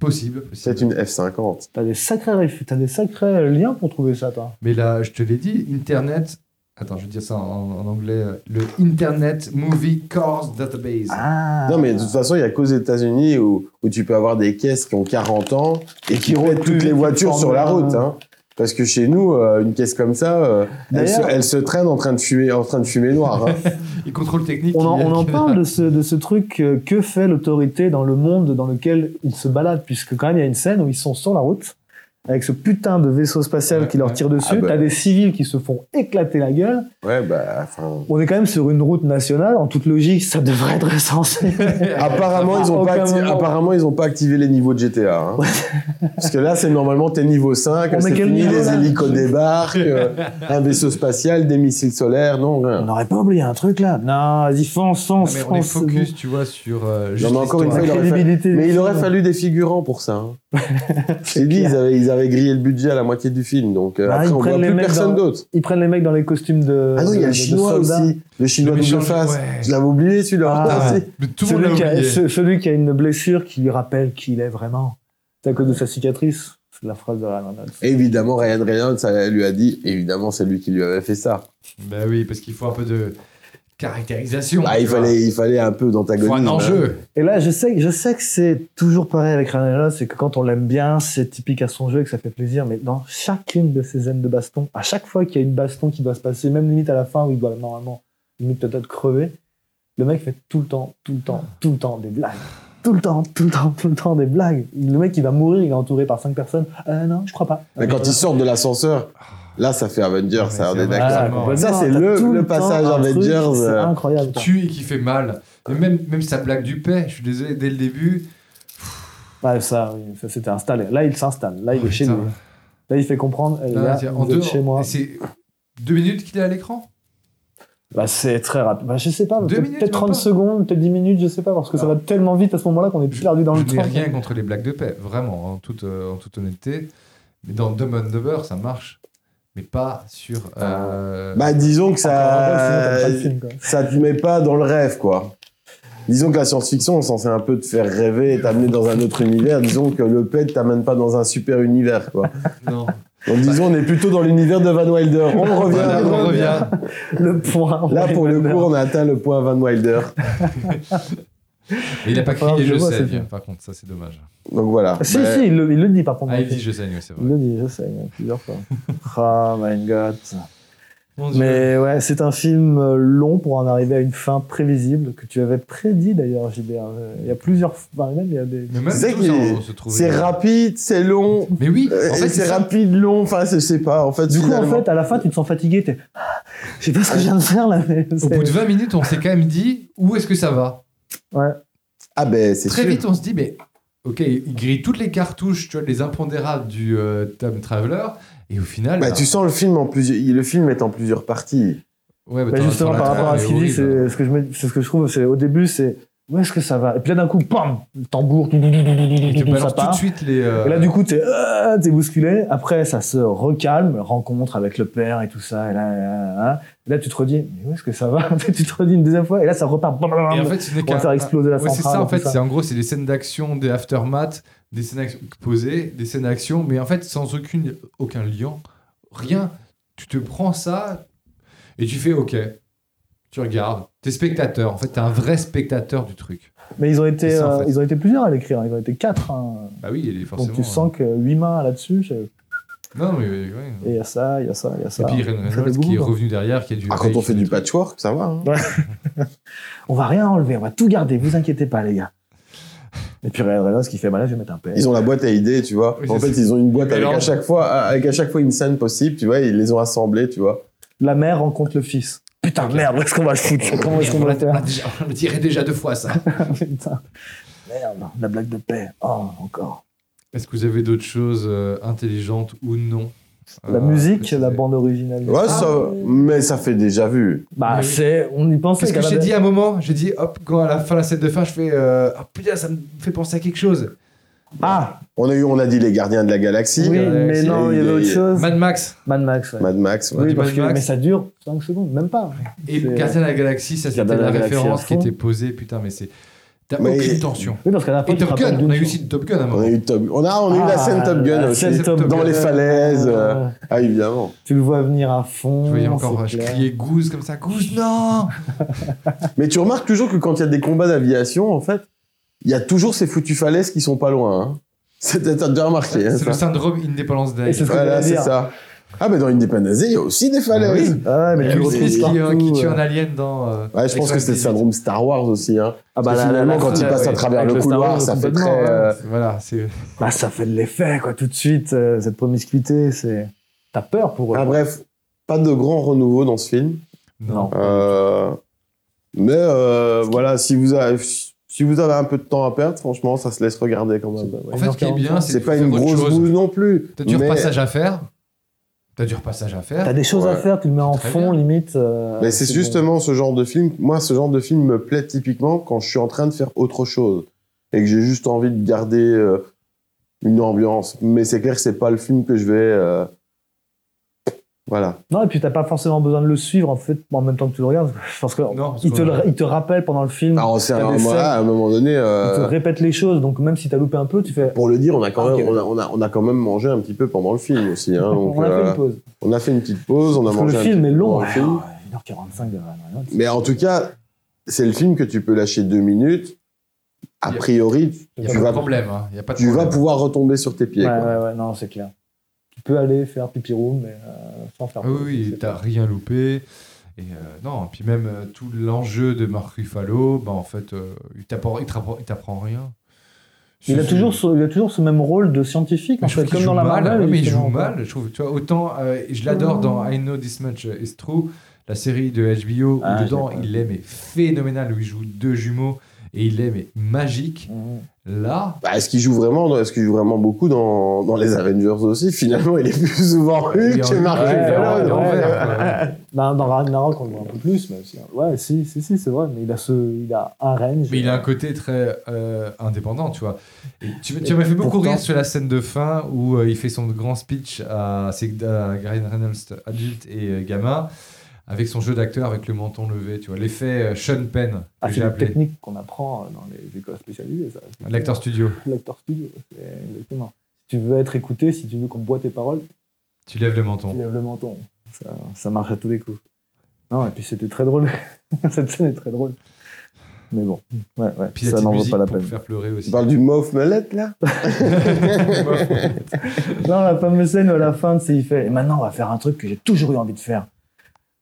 Possible, possible.
C'est une F50.
T'as des sacrés, réf- t'as des sacrés liens pour trouver ça, toi.
Mais là, je te l'ai dit, Internet... Attends, je vais dire ça en, en anglais. euh, Le Internet Movie Cars Database.
Ah.
Non, mais de toute façon, il y a qu'aux États-Unis où, où tu peux avoir des caisses qui ont 40 ans et qui
Qui roulent
roulent
plus
toutes les
vite
voitures
qu'une
sur la
Formule
route.
un.
hein. Parce que chez nous, euh, une caisse comme ça, euh, elle, se,
D'ailleurs-
elle se traîne en train de fumer, en train de fumer noir.
[LAUGHS]
hein.
Et contrôle technique.
On en,
qui- [LAUGHS]
on en
qui-
parle de ce, de ce truc euh, que fait l'autorité dans le monde dans lequel ils se baladent, puisque quand même il y a une scène où ils sont sur la route avec ce putain de vaisseau spatial
Ouais,
qui leur
ouais.
tire dessus.
Ah bah.
T'as des civils qui se font éclater la gueule.
ouais, bah, enfin.
On est quand même sur une route nationale. En toute logique, ça devrait être [LAUGHS] censé.
Apparemment, ils ont
À
pas
aucun
acti-
moment.
apparemment, ils ont pas activé les niveaux de GTA. hein. Parce que là, c'est normalement t'es niveau 5,
On
c'est
est quel
fini,
niveau,
les
là
hélicos débarquent, euh, un vaisseau spatial, des missiles solaires, non,
on
rien.
n'aurait pas oublié un truc là. Non, vas-y, fonce,
Non,
fonce,
mais on est
fonce.
focus, tu vois, sur... euh, juste
mais encore une
La
fois, il
l'histoire.
aurait
crédibilité du
Mais il
film.
aurait fallu des figurants pour ça. hein.
[LAUGHS]
Je t'ai dit, ils avaient, ils avaient grillé le budget à la moitié du film, donc euh,
Bah,
après,
ils
on voit
prennent les
plus
mecs
personne
dans-
d'autre.
Ils prennent les mecs dans les costumes de.
Ah non, il y
de-
a le
de
chinois
soldats.
aussi, le chinois
Le
double
méchant,
face.
ouais.
Je l'avais oublié celui-là
Ah,
aussi.
Mais tout le monde
Celui qui,
l'a
a,
oublié.
ce- celui qui a une blessure qui lui rappelle qui il est vraiment. C'est à cause de sa cicatrice. C'est la phrase de Ryan Reynolds.
Évidemment, Ryan Reynolds elle lui a dit, évidemment, c'est lui qui lui avait fait ça.
Bah oui, parce qu'il faut un peu de caractérisation.
Ah, il,
tu vois.
fallait, il fallait un peu
Il faut
d'antagonisme.
un
hein.
enjeu.
Et là, je sais, je sais que c'est toujours pareil avec Ryan Reynolds, c'est que quand on l'aime bien, c'est typique à son jeu et que ça fait plaisir. Mais dans chacune de ses scènes de baston, à chaque fois qu'il y a une baston qui doit se passer, même limite à la fin où il doit normalement limite peut-être crever, le mec fait tout le temps, tout le temps, tout le temps des blagues. Tout le temps, tout le temps, tout le temps des blagues. Le mec, il va mourir, il est entouré par cinq personnes. Euh, non, je crois pas.
Mais quand ils sortent de l'ascenseur, là, ça fait Avengers,
Ah,
ça, on
mais
est
c'est vrai.
d'accord.
Ah,
Ça, c'est le- le passage Avengers,
C'est
euh,
incroyable.
Qui tue et qui fait mal. Et même, même sa blague du paix, je suis désolé, dès le début.
Ouais, ça, oui, ça s'était installé. Là, il s'installe. Là, il
Oh,
est chez
putain.
lui. Là, il fait comprendre. eh, les
Là,
gars,
c'est- en
vous êtes
deux,
chez moi.
et c'est deux minutes qu'il est à l'écran.
Bah, c'est très rapide. Bah, je sais pas,
Deux
peut-être
minutes,
peut-être
même
30
pas.
secondes, peut-être 10 minutes, je sais pas, parce que ça va tellement vite à ce moment-là qu'on est
Je-
perdu dans
je
le
n'ai
temps. [LAUGHS]
rien contre les blagues de paix, vraiment, en toute, euh, en toute honnêteté. Mais dans Dumb and Dumber, ça marche. Mais pas sur. euh,
Bah, disons
Encore
que ça.
un peu, Ah, sinon t'aimes pas le film, quoi.
ça te met pas dans le rêve, quoi. Disons que la science-fiction, c'est censé un peu te faire rêver et t'amener dans un autre univers. Disons que le PET t'amène pas dans un super univers, quoi.
Ah.
non.
Donc disons, on est plutôt dans l'univers de Van Wilder. On revient.
Bah,
[LAUGHS] Voilà,
[LAUGHS]
on revient.
Le point.
Là, pour le coup, on a atteint le point Van Wilder.
Et il n'a pas
Ah,
crié
je
je,
vois, c'est
saigne.
bien. Ah,
Par contre, ça, c'est dommage.
Donc voilà.
Si,
Ben,
si, il le, il le dit par contre.
Ah, il dit je saigne, oui, c'est
Il
vrai.
le dit, je sais, plusieurs
[LAUGHS]
fois. oh my god.
Mon Dieu.
Mais ouais, c'est un film euh, long pour en arriver à une fin prévisible que tu avais prédit d'ailleurs, JBR. Euh, Il y a plusieurs. Bah, même, il y a des.
Mais même
C'est
tout
qu'il
ça,
est-
on se trouve.
C'est rapide, c'est long.
Mais oui,
euh,
en fait,
c'est
c'est rapide.
rapide, long. Enfin, je sais pas. En fait,
Du coup, en
finalement-
fait, à la fin, tu te sens fatigué, t'es. Ah, Je sais pas ce que je viens de faire là, mais.
Au
c'est- Bah,
bout de 20 minutes, on s'est quand même dit où est-ce que ça va.
Ouais.
ah ben, c'est
Très
sûr.
vite, on se dit mais ok, il grille toutes les cartouches, tu vois, les impondérables du euh, Time Traveler. Et au final,
Bah,
bah,
tu sens le film en plusieurs. Le film est en plusieurs parties.
ouais, bah,
Bah,
t'en-
justement,
t'en as
par
trois,
rapport à ce
mais
qu'il dit,
horrible.
c'est ce, que je me- c'est ce que je trouve, c'est au début, c'est où est-ce que ça va Et puis là, d'un coup, pam, le tambour, tout, tout, tout, tout, [LAUGHS]
Il
tout,
te
tout, ça
balance tout de
part.
suite les. euh,
Et là, du coup, t'es euh, t'es bousculé. Après, ça se recalme, rencontre avec le père et tout ça. Et là, là, là, là. Et là, tu te redis, mais où est-ce que ça va [LAUGHS] Tu te redis une deuxième fois, et là, ça repart.
Et en fait, ce n'est
on va
qu'un-
faire exploser la
Ouais,
centrale.
c'est ça, en
tout
fait. C'est en gros, c'est des scènes d'action, des aftermath, des scènes d'action posées, des scènes d'action, mais en fait, sans aucune, aucun lien, rien. Tu te prends ça et tu fais OK. Tu regardes. T'es spectateur. En fait, t'es un vrai spectateur du truc.
Mais ils ont, été,
C'est ça, en
euh,
fait.
ils ont été plusieurs à l'écrire, ils ont été quatre. hein.
Bah oui, il est
Donc
forcément.
tu sens que huit mains là-dessus, je- et
euh, Non, mais ouais, ouais.
il y a ça, il y a ça, il y a
Et
ça.
puis Ryan
Ça fait
Reynolds
beaucoup,
qui est
quoi.
revenu derrière, qui a du.
Ah, quand on
rage,
fait du
des trucs.
patchwork, ça va. hein.
On va rien enlever, on va tout garder, vous inquiétez pas, les gars. Et puis Ryan Reynolds qui fait, bah là, je vais mettre un PS.
Ils ont la boîte à idées, tu vois.
Oui,
en
c'est
fait,
ça.
ils ont une boîte
Ils
avec à,
mélangent.
chaque fois, avec à chaque fois une scène possible, tu vois. Ils les ont assemblées, tu vois.
La mère rencontre le fils. Putain de merde, où est-ce qu'on va le
[LAUGHS]
foutre Comment est-ce qu'on
On
va
l'a
le faire
déjà- on l'a tiré déjà deux fois, ça.
[LAUGHS] Putain. Merde, la blague de paix. Oh, encore.
Est-ce que vous avez d'autres choses euh, intelligentes ou non
La
Euh,
musique,
préciser.
la bande originale.
Ouais, ça, mais ça fait déjà vu.
Bah,
Mais oui.
c'est. On y pense.
Qu'est-ce que
qu'à la
j'ai
base-
dit à un moment J'ai dit, hop, quand à la fin, la scène de fin, je fais, euh, ah putain, ça me fait penser à quelque chose.
Ah,
On a eu, on a dit les gardiens de la galaxie,
oui,
euh,
mais
c'est-
non, il y avait autre
il-
chose.
Mad Max
Mad Max, ouais.
Mad Max. ouais.
du
Oui, parce
Mad
que,
Max.
mais ça dure 5 secondes, même pas.
et
C'est-
Gardien de la Galaxie, ça
Gardien
c'était
de
la
la Galaxie
référence
à
qui
fond.
était posée, putain, mais c'est. T'as
Mais-
aucune tension.
Oui, parce qu'à la fin, tu
Et
te
Top
rappelles
Gun,
d'une
on a eu
chose.
aussi de Top Gun à un
On a
moment.
eu Top, on a, on a eu la
Ah,
scène Top Gun
la
aussi.
scène Top
Dans
Gun.
les falaises, euh. Ah, évidemment.
Tu le vois venir à fond.
Je voyais encore, euh,
c'est
je
clair.
criais Goose comme ça, Goose, non
Mais tu remarques toujours que quand il y a des combats d'aviation, en fait, il y a toujours ces foutues falaises qui sont pas loin. hein. C'est- T'as déjà remarqué, hein,
C'est le
ça.
syndrome Independence Day.
Et c'est ce que
Voilà,
j'allais
c'est
dire.
ça. Ah, mais dans Independence Day, il y a aussi des falaises.
Ah ouais, mais tu le
Will
retrouves
Smith qui, euh,
partout,
qui tue
euh.
un alien dans. euh,
Ouais, je pense que
Extraction
c'était le syndrome Star Wars aussi. Hein.
Ah
Parce que finalement, quand il
fin,
passe à
ouais,
travers
avec
le
le Star
couloir,
Wars,
ça fait
complètement, hein.
très.
hein.
ouais.
euh,
Voilà, c'est.
Bah, ça fait de l'effet, quoi, tout de suite, euh, cette promiscuité, c'est... T'as peur pour eux.
Ah, bref, pas de grand renouveau dans ce film.
Non.
Euh, mais euh, voilà, si vous, avez, si vous avez un peu de temps à perdre, franchement, ça se laisse regarder quand même.
En fait, ce qui est bien, c'est
C'est
de
pas
faire
une
autre
grosse
chose.
bouse non plus.
T'as du
mais-
repassage à faire. T'as du repassage à faire.
T'as des choses à
Ouais.
faire, tu le mets en
Très
fond,
bien.
limite. euh,
Mais c'est
bon.
justement ce genre de film. Moi, ce genre de film me plaît typiquement quand je suis en train de faire autre chose et que j'ai juste envie de garder euh, une ambiance. Mais c'est clair que c'est pas le film que je vais euh, Voilà.
Non, et puis t'as pas forcément besoin de le suivre en fait en même temps que tu le regardes. [LAUGHS] Je pense que
Non, parce
il, te
qu'on-
le- il te rappelle pendant le film,
Alors, c'est
T'as
un,
des
voilà,
scènes-
à un moment donné,
il te
euh,
répète les choses. Donc même si t'as loupé un peu, tu fais.
pour le dire, on a, quand
Ah,
même,
ok.
on, a, on, a, on a quand même mangé un petit peu pendant le film aussi. Hein,
[LAUGHS]
donc,
on a fait
euh,
une pause.
on a fait une petite pause, on a
Parce que
mangé
le
un
film
petit
est
peu
long.
pendant le film.
1h45 de Ryan Reynolds.
Mais en tout cas, c'est le film que tu peux lâcher deux minutes. A
Y a-
priori,
Il n'y
tu
a, pas de
vas,
problème. hein. Y a pas de
tu vas
problème.
pouvoir retomber sur tes pieds.
Ouais,
quoi.
ouais, ouais, non, c'est clair. Tu peux aller faire pipi room, mais euh, sans faire.
Ah oui, oui,
c'est
t'as
pas-
rien loupé. Et euh, non, puis même euh, tout l'enjeu de Marc Ruffalo, bah, en fait, euh, il t'apprend il t'apprend- il t'apprend rien.
Il a, toujours ce, il a toujours ce même rôle de scientifique, en
Mais je
fait,
trouve qu'il
comme dans
joue
la
mal,
Marvel.
ouais, mais il joue
justement, Oh. quoi.
mal, je trouve. Tu vois, autant euh, je l'adore dans I Know This Much Is True, la série de HBO,
Ah,
où
je
dedans
l'ai pas
il est mais phénoménal, où il joue deux jumeaux et il est mais magique.
Mhm.
Là,
Bah, est-ce qu'il joue vraiment dans- Est-ce qu'il joue vraiment beaucoup dans, dans les Avengers aussi Finalement, il est plus souvent
il est
Hulk que
en-
Mark
ouais,
Ruffalo.
voilà, il est en
ouais.
vert, quoi.
Dans, dans Ragnarok, on le voit un peu plus, mais aussi. euh, Ouais, si, si, si, c'est vrai, mais il a, ce, il a un range.
Mais il a un côté très euh, indépendant, tu vois. Et tu tu m'as fait beaucoup
pourtant-
rire sur la scène de fin où euh, il fait son grand speech à, c'est à Ryan Reynolds, adulte et euh, gamin, avec son jeu d'acteur, avec le menton levé, tu vois. L'effet euh, Sean Penn,
Ah, c'est
que j'ai
une
appelé,
technique qu'on apprend euh, dans les écoles spécialisées, ça.
l'acteur studio.
L'acteur studio, c'est exactement. Si tu veux être écouté, si tu veux qu'on te boit tes paroles,
Tu lèves le
tu
menton.
lèves le menton. Ça, ça marche à tous les coups. Non, et puis c'était très drôle. Cette scène est très drôle. Mais bon, ouais, ouais,
Puis il y a
ça
petite
n'en vaut
musique
pas la
pour
peine.
faire pleurer
Tu
aussi.
parles du Moff Melette, là
Non, la fameuse scène où à la fin, tu sais, il fait Et maintenant, on va faire un truc que j'ai toujours eu envie de faire.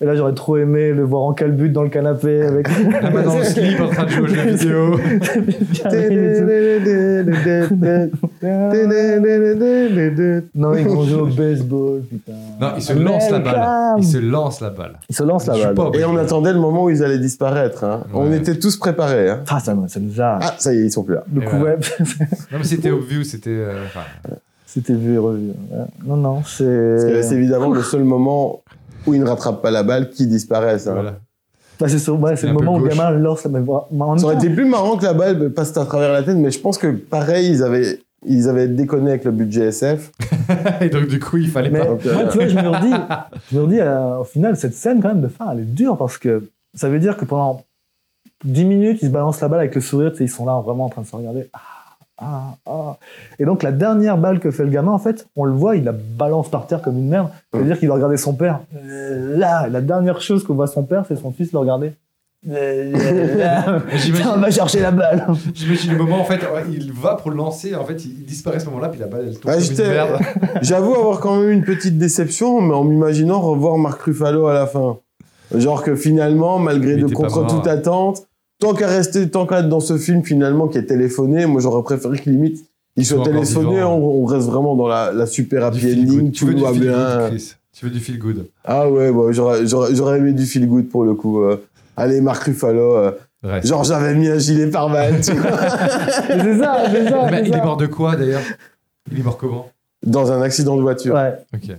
Et là, j'aurais trop aimé le voir en calbut dans le canapé avec.
La main dans le slip en train de jouer aux jeux vidéo.
non, ils vont jouer au baseball, putain.
Non, il se lance la balle. Il se lance la balle.
Il se lance
Je suis
la
pas
balle.
obligé.
Et on attendait le moment où ils allaient disparaître. hein.
Ouais.
On était tous préparés. hein.
Ah, ça, ça nous a.
Ah, ça y est, ils sont plus là.
le
Et
coup
voilà.
web,
Non, mais c'était obvious, c'était. euh, enfin,
c'était vu et revu. Ouais. Non, non,
Parce que c'est
c'est.
évidemment le seul moment où ils ne rattrapent pas la balle qui disparaissent. hein.
voilà. [LAUGHS]
Bah, c'est sur- ouais, c'est
Un
le
peu
moment où le
gauche.
gamin lance la balle. Mais en même
Ça aurait
temps,
été plus marrant que la balle passe à travers la tête, mais je pense que pareil, ils avaient, ils avaient déconné avec le budget SF.
Et donc, du coup, il fallait
Mais
pas.
Donc, euh,
moi, Ah, tu vois, je me redis, je me redis euh, au final, cette scène, quand même, de fin, elle est dure parce que ça veut dire que pendant 10 minutes, ils se balancent la balle avec le sourire, tu sais, ils sont là vraiment en train de se regarder. Ah, ah, ah. Et donc, la dernière balle que fait le gamin, en fait, on le voit, il la balance par terre comme une merde. Ça veut dire qu'il va regarder son père. Euh, Là, la dernière chose qu'on voit son père, c'est son fils le regarder. Euh, là,
J'imagine-
Tiens, on va chercher la balle.
J'imagine le moment, en fait, ouais, il va pour le lancer, en fait, il il disparaît à ce moment-là, puis la balle, elle tombe
Ah,
comme une
j'étais-
merde.
J'avoue avoir quand même une petite déception, mais en m'imaginant revoir Marc Ruffalo à la fin. Genre que finalement, malgré
Mais
de
t'es pas
contre
mort,
toute
hein.
attente, tant qu'à rester, tant qu'à être dans ce film finalement qui est téléphoné, moi j'aurais préféré que limite il soit
soit encore
téléphoné,
vivant, ouais.
on, on reste vraiment dans la, la super
Du
happy
feel
ending,
good. Tu veux
Ah, tout
du
va
feel good,
bien.
Chris. Tu veux du feel good.
Ah ouais, ouais, j'aurais- j'aurais j'aurais aimé du feel good pour le coup. euh. Allez, Marc Ruffalo, euh,
Bref.
genre j'avais mis un gilet par
[LAUGHS]
balles
Mais [LAUGHS] c'est ça, c'est ça.
Mais
c'est
il est
ça.
mort de quoi, d'ailleurs Il est mort comment
dans un accident de voiture.
Ouais.
Ok.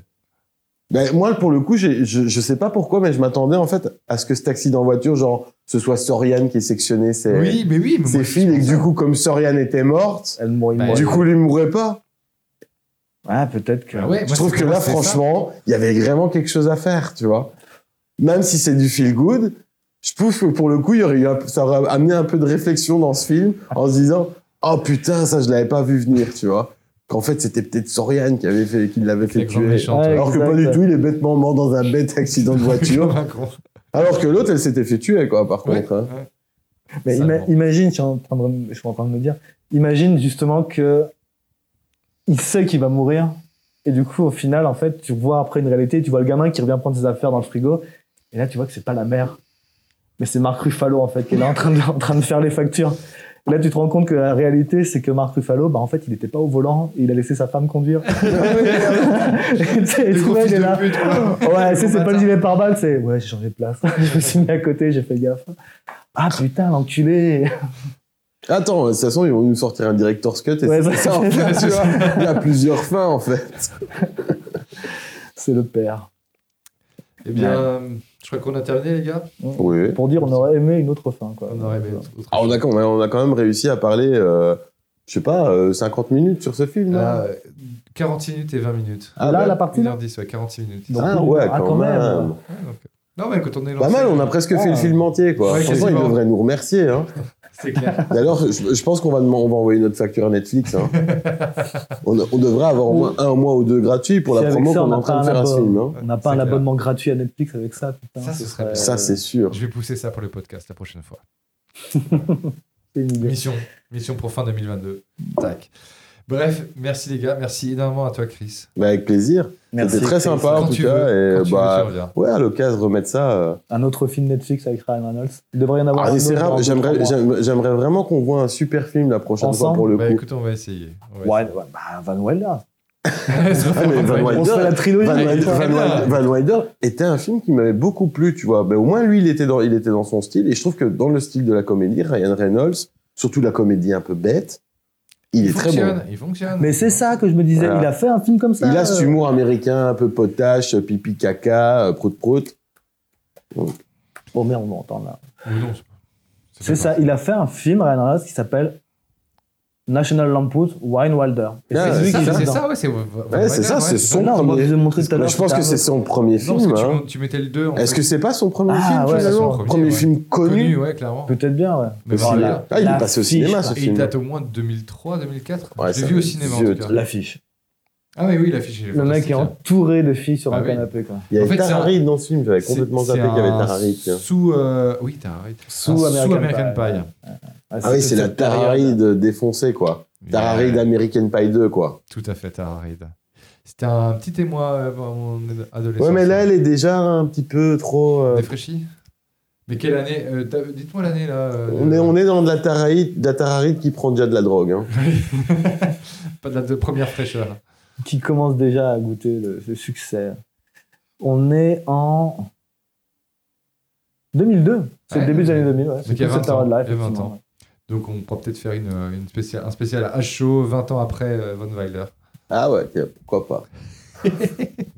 Ben, moi, pour le coup, j'ai- je, je sais pas pourquoi, mais je m'attendais en fait à ce que cet accident en voiture, genre, ce soit Soriane qui ait sectionné ses,
Oui, mais oui. Mais
ses
moi,
fils, et que du coup, comme Soriane était morte,
Elle mourit,
Bah,
mourit.
du coup, il mourrait pas.
Ouais, peut-être que.
Ah ouais,
je
moi,
trouve
c'est
que
moi,
là,
c'est ça.
franchement, il y avait vraiment quelque chose à faire, tu vois. Même si c'est du feel good, je trouve que pour le coup, il y aurait eu un- ça aurait amené un peu de réflexion dans ce film en se disant, oh putain, ça, je l'avais pas vu venir, tu vois. Qu'en fait, c'était peut-être Soriane qui avait fait, qui l'avait
C'est
fait
le grand
tuer.
méchant.
Ouais,
toi.
Alors que pas du
Exact.
tout, il est bêtement mort dans un bête accident de
[LAUGHS]
voiture.
Comme un con.
Alors que l'autre, elle s'était fait tuer, quoi, par
Ouais,
contre. hein.
ouais.
Mais
Ça,
ima-
bon.
imagine, je suis, en train de, me- je suis en train de me dire, imagine justement que il sait qu'il va mourir. Et du coup, au final, en fait, tu vois après une réalité, tu vois le gamin qui revient prendre ses affaires dans le frigo. Et là, tu vois que c'est pas la mère. Mais c'est Marc Ruffalo, en fait, qui est là en train de, en train de faire les factures. Et là, tu te rends compte que la réalité, c'est que Marc Ruffalo, bah, en fait, il n'était pas au volant et il a laissé sa femme conduire.
[LAUGHS]
[LAUGHS] et tu sais, et
Le
tout
gros
le monde
fils
est
de
là.
pute,
[LAUGHS]
quoi.
Ouais, c'est, c'est
Bon
pas le
bâtard.
gilet pare-balles, c'est ouais, j'ai changé de place. [LAUGHS] je me suis mis à côté, j'ai fait gaffe. Ah putain, l'enculé.
Attends, de toute façon, ils vont nous sortir un director's cut et
Ouais, bah,
c'est
ça-
ça, en fait, tu vois. Il y a plusieurs fins, en fait.
C'est le père.
Eh bien, je crois qu'on a terminé, les gars.
Oui.
Pour dire, on aurait aimé une autre fin, quoi.
On aurait aimé autre- autre
Ah, on, a, quand- on a- on a quand même réussi à parler euh, je sais pas, euh, 50 minutes sur ce film. là.
Euh, 40 minutes et 20 minutes.
Ah,
là,
bah,
la partie là
1h10, ouais, 46 minutes.
Donc,
ah, ouais,
ah,
quand,
quand même.
même.
Ouais, donc, euh, Non, mais quand on est
Pas
lancé- euh,
mal, on a presque fait
Ah.
le film entier, quoi.
Ouais,
Franchement, ils
quasiment.
devraient nous remercier. Hein.
C'est clair.
D'ailleurs, je, je pense qu'on va, demand- on va envoyer notre facture à
[LAUGHS]
Netflix. hein. on, on devrait avoir au moins un mois ou deux gratuits pour
Si
la
avec
promo
ça,
qu'on
on
est en
a
train de
pas un
faire à ce
abonnement.
film. hein.
On n'a pas
C'est
un
clair.
abonnement gratuit à Netflix avec ça, putain.
Ça, ce serait-
Ça, c'est sûr.
Je vais pousser ça pour le podcast la prochaine fois.
c'est une idée.
Mission. Mission pour fin 2022. Tac. Bref, merci les gars. Merci énormément à toi, Chris.
Mais avec plaisir.
Merci,
C'était très
Chris.
sympa, en
quand
tout
tu
cas.
veux,
et
quand tu
bah,
veux, tu reviens.
Ouais, à l'occasion, remettre ça. euh.
Un autre film Netflix avec Ryan Reynolds. Il devrait y en avoir
Ah,
un
mais
autre
c'est
dans
rare,
deux,
j'aimerais,
trois mois.
j'aimerais- j'aimerais vraiment qu'on voit un super film la prochaine fois
Ensemble
pour le
Bah,
coup.
écoute, on va essayer. On va
Ouais, ouais, bah, Van Wilder.
[LAUGHS]
essayer.
Ah, mais
[LAUGHS]
Van
On se
Wilder-
fait la trilogie.
Van Wilder-
Van
Van Wilder- Van Wilder était un film qui m'avait beaucoup plu, tu vois. Mais au moins, lui, il était, dans, il était dans son style. Et je trouve que dans le style de la comédie, Ryan Reynolds, surtout la comédie un peu bête, il, est très bon.
fonctionne, Il fonctionne.
Mais c'est ça que je me disais.
Voilà.
Il a fait un film comme ça.
Il a
euh,
cet humour américain un peu potache, pipi caca, euh, prout prout.
Oh merde, on m'entend là.
Ou non, c'est pas-
C'est ça, il a fait un film, Ryan Reynolds, qui s'appelle National Lampoon, Wine Wilder. Et
Ah,
c'est
C'est
lui qui
ça,
joue
c'est
dedans.
ça, ouais, c'est
Ouais, c'est ça, c'est
Ah
son
Non, moi, je
premier.
vous ai montré tout à
Mais
l'heure.
je pense
c'était
que
un
c'est
autre.
son premier
Non, parce
film.
que tu
hein.
mets- tu mettais le 2.
Est-ce que c'est pas son premier
Ah,
film
ouais,
c'est
finalement
son premier,
Premier
ouais.
film connu.
connu Ouais, clairement.
Peut-être bien, ouais.
Mais
Au
voilà.
cinéma. Ah, il
La
est passé au
fiche,
cinéma ce
Et il
film.
date au moins de 2003, 2004.
Ouais,
je
ça-
l'ai vu au cinéma en
vieux
tout cas.
L'affiche.
Ah mais oui, l'affiche. elle est
Le mec est
fantastique,
entouré de filles sur
Ah
un
oui.
canapé, quoi.
Il y
En fait,
avait
c'est un-
Harry dans ce film, j'avais
hein.
complètement
C'est-
zappé
c'est
qu'il y avait
un
Harry. tiens.
Sous, euh, oui, Harry.
Sous American Pie.
Pie.
Ah oui, c'est la
cette période.
Harry de défoncée quoi. Harry
Yeah.
d'American Pie 2 quoi.
euh, Tout à fait, Tararide. C'était un petit émoi euh, avant mon adolescence.
Ouais, mais là elle est déjà un petit peu trop. euh,
Défraîchi Mais quelle année euh, t'as- Dites-moi l'année là. euh,
On est, on est dans de la tararide, de la tararide qui prend déjà de la drogue. hein.
Pas de la de première fraîcheur.
Qui commence déjà à goûter le, le succès. On est en 2002. C'est
Ouais,
le début des
ouais.
années 2000, ouais.
il y a
toute
20
cette période-là,
ans, il y a 20
effectivement.
ans. Donc on pourra peut-être faire une, euh, une spéciale, un spécial à chaud 20 ans après euh, Von Weiler.
Ah ouais, tiens, pourquoi pas.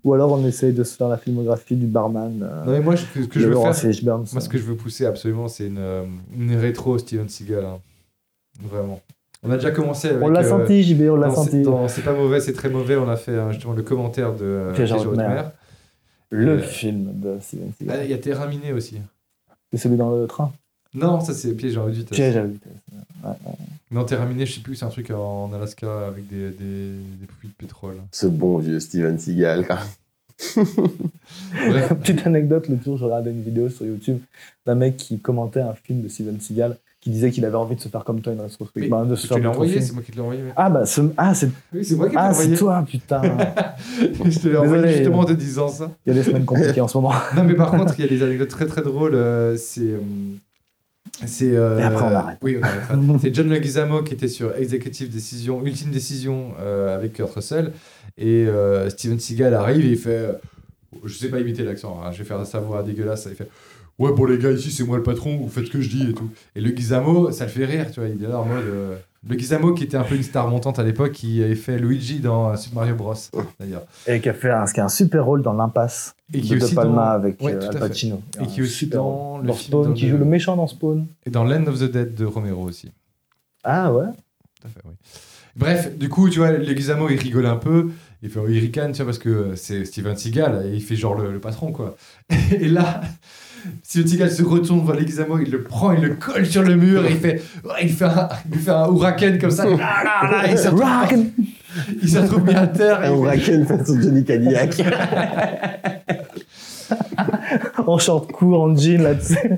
Ou alors on essaye de se faire la filmographie du barman. euh,
Non mais moi, je- ce que
de
je veux
Laurence
faire,
Fishburne,
Moi,
ça.
ce que je veux pousser absolument, c'est une, euh, une rétro Steven Seagal. hein. Vraiment. On a déjà commencé avec.
On l'a
euh,
senti, JB, on l'a
dans-
senti.
dans C'est pas mauvais, c'est très mauvais. On a fait euh, justement le commentaire de euh,
Piège à
Piège à haute
haute
mer.
Le
Euh,
film de Steven
Ah,
Seagal.
Il y a Terrain Miné aussi.
C'est celui dans le train.
Non, ça c'est Piège à haute vitesse.
Piège à la vitesse.
Non, Terrain Miné, je sais plus, c'est un truc en Alaska avec des, des, des puits de pétrole.
Ce bon vieux Steven Seagal. quoi.
Bref,
[LAUGHS] Petite anecdote, le jour, je regardais une vidéo sur YouTube d'un mec qui commentait un film de Steven Seagal qui disait qu'il avait envie de se faire comme toi une
mais
rétrospective. Ben, de se
tu
faire
l'as
d'autres
envoyé,
films.
c'est moi qui te l'ai envoyé.
Ah, bah, ce- ah, c'est
Oui, c'est moi qui te l'ai
ah, c'est
envoyé.
toi, putain.
[LAUGHS] je te l'ai envoyé
Désolé.
justement en te disant ça.
Il y a des semaines compliquées en ce
[LAUGHS]
moment.
Non, Ah, mais par contre, il y a des anecdotes très très drôles. euh, c'est. euh, C'est. euh,
Et après, on arrête.
Oui, on arrêtera.
[LAUGHS]
C'est John Leguizamo qui était sur Executive Decision, Ultime Décision euh, avec Kurt Russell. Et euh, Steven Seagal arrive et il fait. euh, Je sais pas imiter l'accent, hein, je vais faire sa voix dégueulasse. Il fait. Ouais, bon, les gars, ici, c'est moi le patron, vous faites ce que je dis et tout. Et le Guizamo, ça le fait rire, tu vois. Il est là en mode. euh, Le Guizamo, qui était un peu une star montante à l'époque, qui avait fait Luigi dans euh, Super Mario Bros.
Oh.
D'ailleurs.
Et qui a fait un, qui a un super rôle dans L'Impasse
Et
de De
dans-
Palma avec
Ouais,
euh,
tout à
Al
fait.
Pacino.
Et qui
Un
est aussi
super
dans
rôle.
le film
Spawn,
dans
qui
le-
joue le méchant dans Spawn.
Et dans Land of the Dead de Romero aussi.
Ah ouais
Tout à fait, oui. Bref, du coup, tu vois, le Guizamo, il rigole un peu. Il, fait, oh, il ricane, tu vois, parce que c'est Steven Seagal. Et il fait genre le, le patron, quoi. [LAUGHS] Et là, Steven Seagal se retourne vers le Guizamo, il le prend, il le colle sur le mur. Et il fait, ouais, il fait un, il fait un huracan comme ça. Ah, là, là, il se retrouve, il se retrouve mis à terre. et
Un
il fait-
Raken façon Johnny Cadillac.
En short court, en jean, là, tu
[LAUGHS]
sais.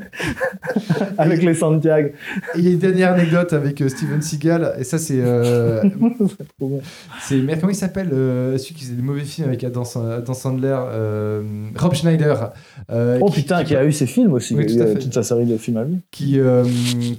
Avec les Santiago.
Et il y a une dernière anecdote avec euh, Steven Seagal. Et ça,
[LAUGHS]
c'est euh,
Trop bon.
C'est merde, comment il s'appelle euh, celui qui faisait des mauvais films avec Adam, Sa- Adam Sandler, euh, Rob Schneider, euh,
Oh
qui,
putain, qui a eu ses films aussi,
Oui,
qui a
tout à
eu, euh,
fait.
toute sa série de films à lui.
qui, euh,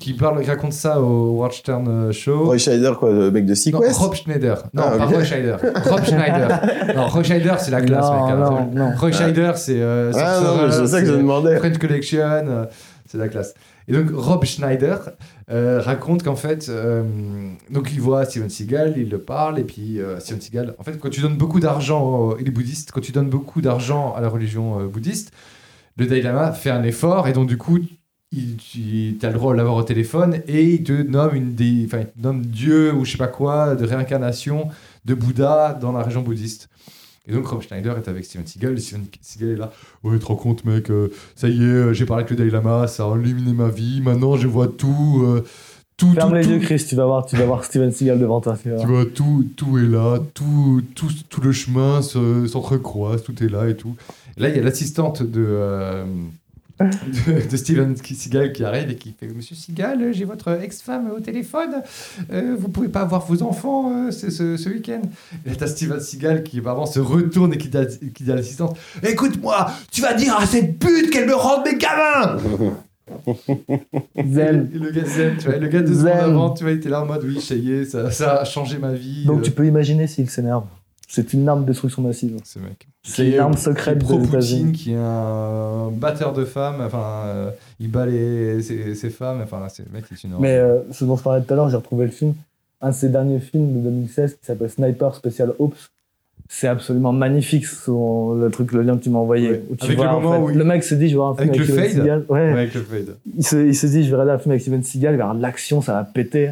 qui parle, qui raconte ça au Howard Stern euh, Show.
Roy Scheider, quoi, le mec de
non,
Sequest.
Rob Schneider. Non,
Ah,
pas
ok.
Rob Schneider.
[LAUGHS]
Rob Schneider. Non, Rob Schneider, c'est la classe,
non,
mec. hein.
non, non.
Rob Schneider, c'est. euh,
Ah non, mais
Sorcerer,
c'est ça que je
c'est-
demandais.
French Collection, euh, c'est la classe. Et donc Rob Schneider euh, raconte qu'en fait, euh, donc il voit Steven Seagal, il le parle, et puis euh, Steven Seagal, en fait, quand tu donnes beaucoup d'argent, au- il est bouddhiste, quand tu donnes beaucoup d'argent à la religion euh, bouddhiste, le Dalai Lama fait un effort, et donc du coup, il, tu as le droit de l'avoir au téléphone et il te nomme une des, enfin, il te nomme Dieu ou je sais pas quoi de réincarnation de Bouddha dans la région bouddhiste. Et donc Rob Schneider est avec Steven Seagal. et Steven Seagal est là. Ouais, te rends compte, mec, euh, ça y est, euh, j'ai parlé avec le Dalai Lama, ça a illuminé ma vie. Maintenant, je vois tout. euh, tout,
Ferme
tout,
les
tout,
yeux, Chris, tu vas voir, tu vas voir Steven Seagal devant toi. tu vas
tu [LAUGHS]
voir.
vois, tout, tout est là, tout, tout, tout le chemin se- s'entrecroise, tout est là et tout. Et là, il y a l'assistante de, euh, de, de Steven Seagal qui arrive et qui fait Monsieur Seagal, j'ai votre ex-femme au téléphone, Euh, vous pouvez pas avoir vos enfants euh, ce, ce- ce week-end. Et là, t'as Steven Seagal qui vraiment se retourne et qui dit, qui dit à l'assistante Écoute-moi, tu vas dire à cette pute qu'elle me rende mes gamins
Zen.
Et le gars zen, tu vois, et le gars de
Zen.
avant, tu vois, il était là en mode Oui, ça y est, ça, ça a changé ma vie.
Donc
Euh,
tu peux imaginer s'il s'énerve. C'est une arme de destruction massive.
ce mec.
C'est une arme secrète de
pro-Poutine,
l'États-Unis.
qui est un batteur de femmes. Enfin, euh, il bat les, ses, ses femmes. Enfin, c'est le mec, c'est une horreur.
Mais euh, ce dont je parlais tout à l'heure, j'ai retrouvé le film, un de ses derniers films de 2016 qui s'appelle Sniper Special Ops. C'est absolument magnifique son- le truc, le lien que tu m'as envoyé.
Ouais.
où tu
Avec
vois,
le
en
moment
fait,
où il-
le mec se dit, je vais voir un film
Avec
avec,
le
Steven
fade.
Seagal. Ouais.
Avec le fade.
Il, se, il se dit, je vais regarder un film avec Steven Seagal, il va y avoir de l'action, ça va péter.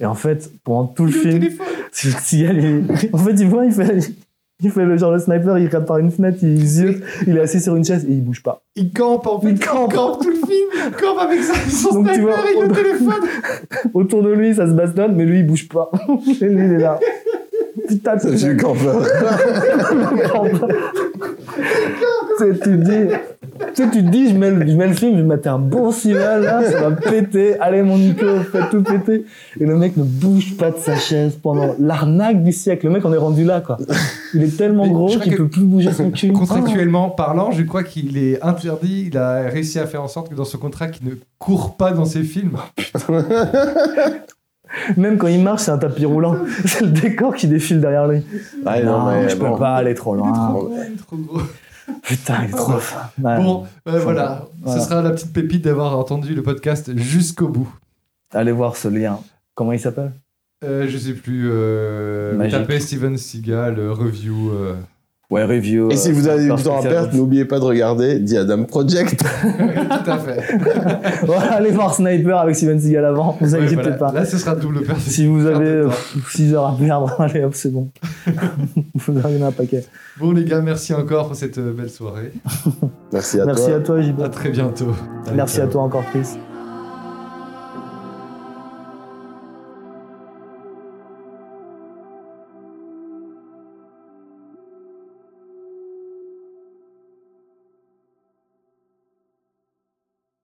Et en fait, pendant tout le film, [LAUGHS] Steven Seagal, il- en fait, il voit, il fait, il fait le genre le sniper, il regarde par une fenêtre, il ziote, il est assis sur une chaise et il bouge pas.
Il campe en fait.
Il
Il campe,
campe.
tout le film. Il campe avec
[LAUGHS]
sa, son
Donc, tu
sniper
vois,
et le
on- [LAUGHS]
téléphone.
Autour de lui, ça se bastonne, mais lui, il bouge pas. [LAUGHS] et lui, il est
[LAUGHS]
là. Putain,
Ça, j'ai eu qu'en peur.
Tu sais, tu te dis, tu sais, tu te dis, je mets, le, je mets le film, je vais me mettre un bon cinéma là, ça va péter. Allez, mon Nico, fais tout péter. Et le mec ne bouge pas de sa chaise pendant l'arnaque du siècle. Le mec, on est rendu là, quoi. Il est tellement
Mais
gros
je crois
qu'il
que-
peut plus bouger son cul.
Contractuellement parlant, je crois qu'il est interdit. Il a réussi à faire en sorte que dans son contrat, qu'il ne court pas dans ses films.
Ah, Même quand il marche, c'est un tapis roulant.
[LAUGHS]
C'est le décor qui défile derrière lui.
Ah, non, mais
je
bon.
peux pas aller trop
Il est
loin.
trop gros. Il est trop gros.
Putain, il est trop fin. Ouais.
Bon, euh, voilà.
Voilà.
Ce sera la petite pépite d'avoir entendu le podcast jusqu'au bout.
Allez voir ce lien. Comment il s'appelle
Euh, je sais plus. Euh,
Magique.
tapez Steven Seagal, euh, review. euh.
Ouais, review.
Et si vous avez du temps à perdre, n'oubliez pas de regarder The Adam Project. [LAUGHS]
Tout à fait.
[LAUGHS] allez voir Sniper avec Steven Seagal avant, vous
Ouais,
inquiétez
voilà.
pas.
Là, ce sera double perte.
Si vous
perte de
avez
temps.
6 heures à perdre, [LAUGHS] allez hop, c'est
[LAUGHS]
bon. vous en avez un paquet.
Bon, les gars, merci encore pour cette euh, belle soirée.
Merci à
Merci
toi.
à toi, JB.
À très bientôt. Allez,
Merci à
ciao.
toi encore, Chris.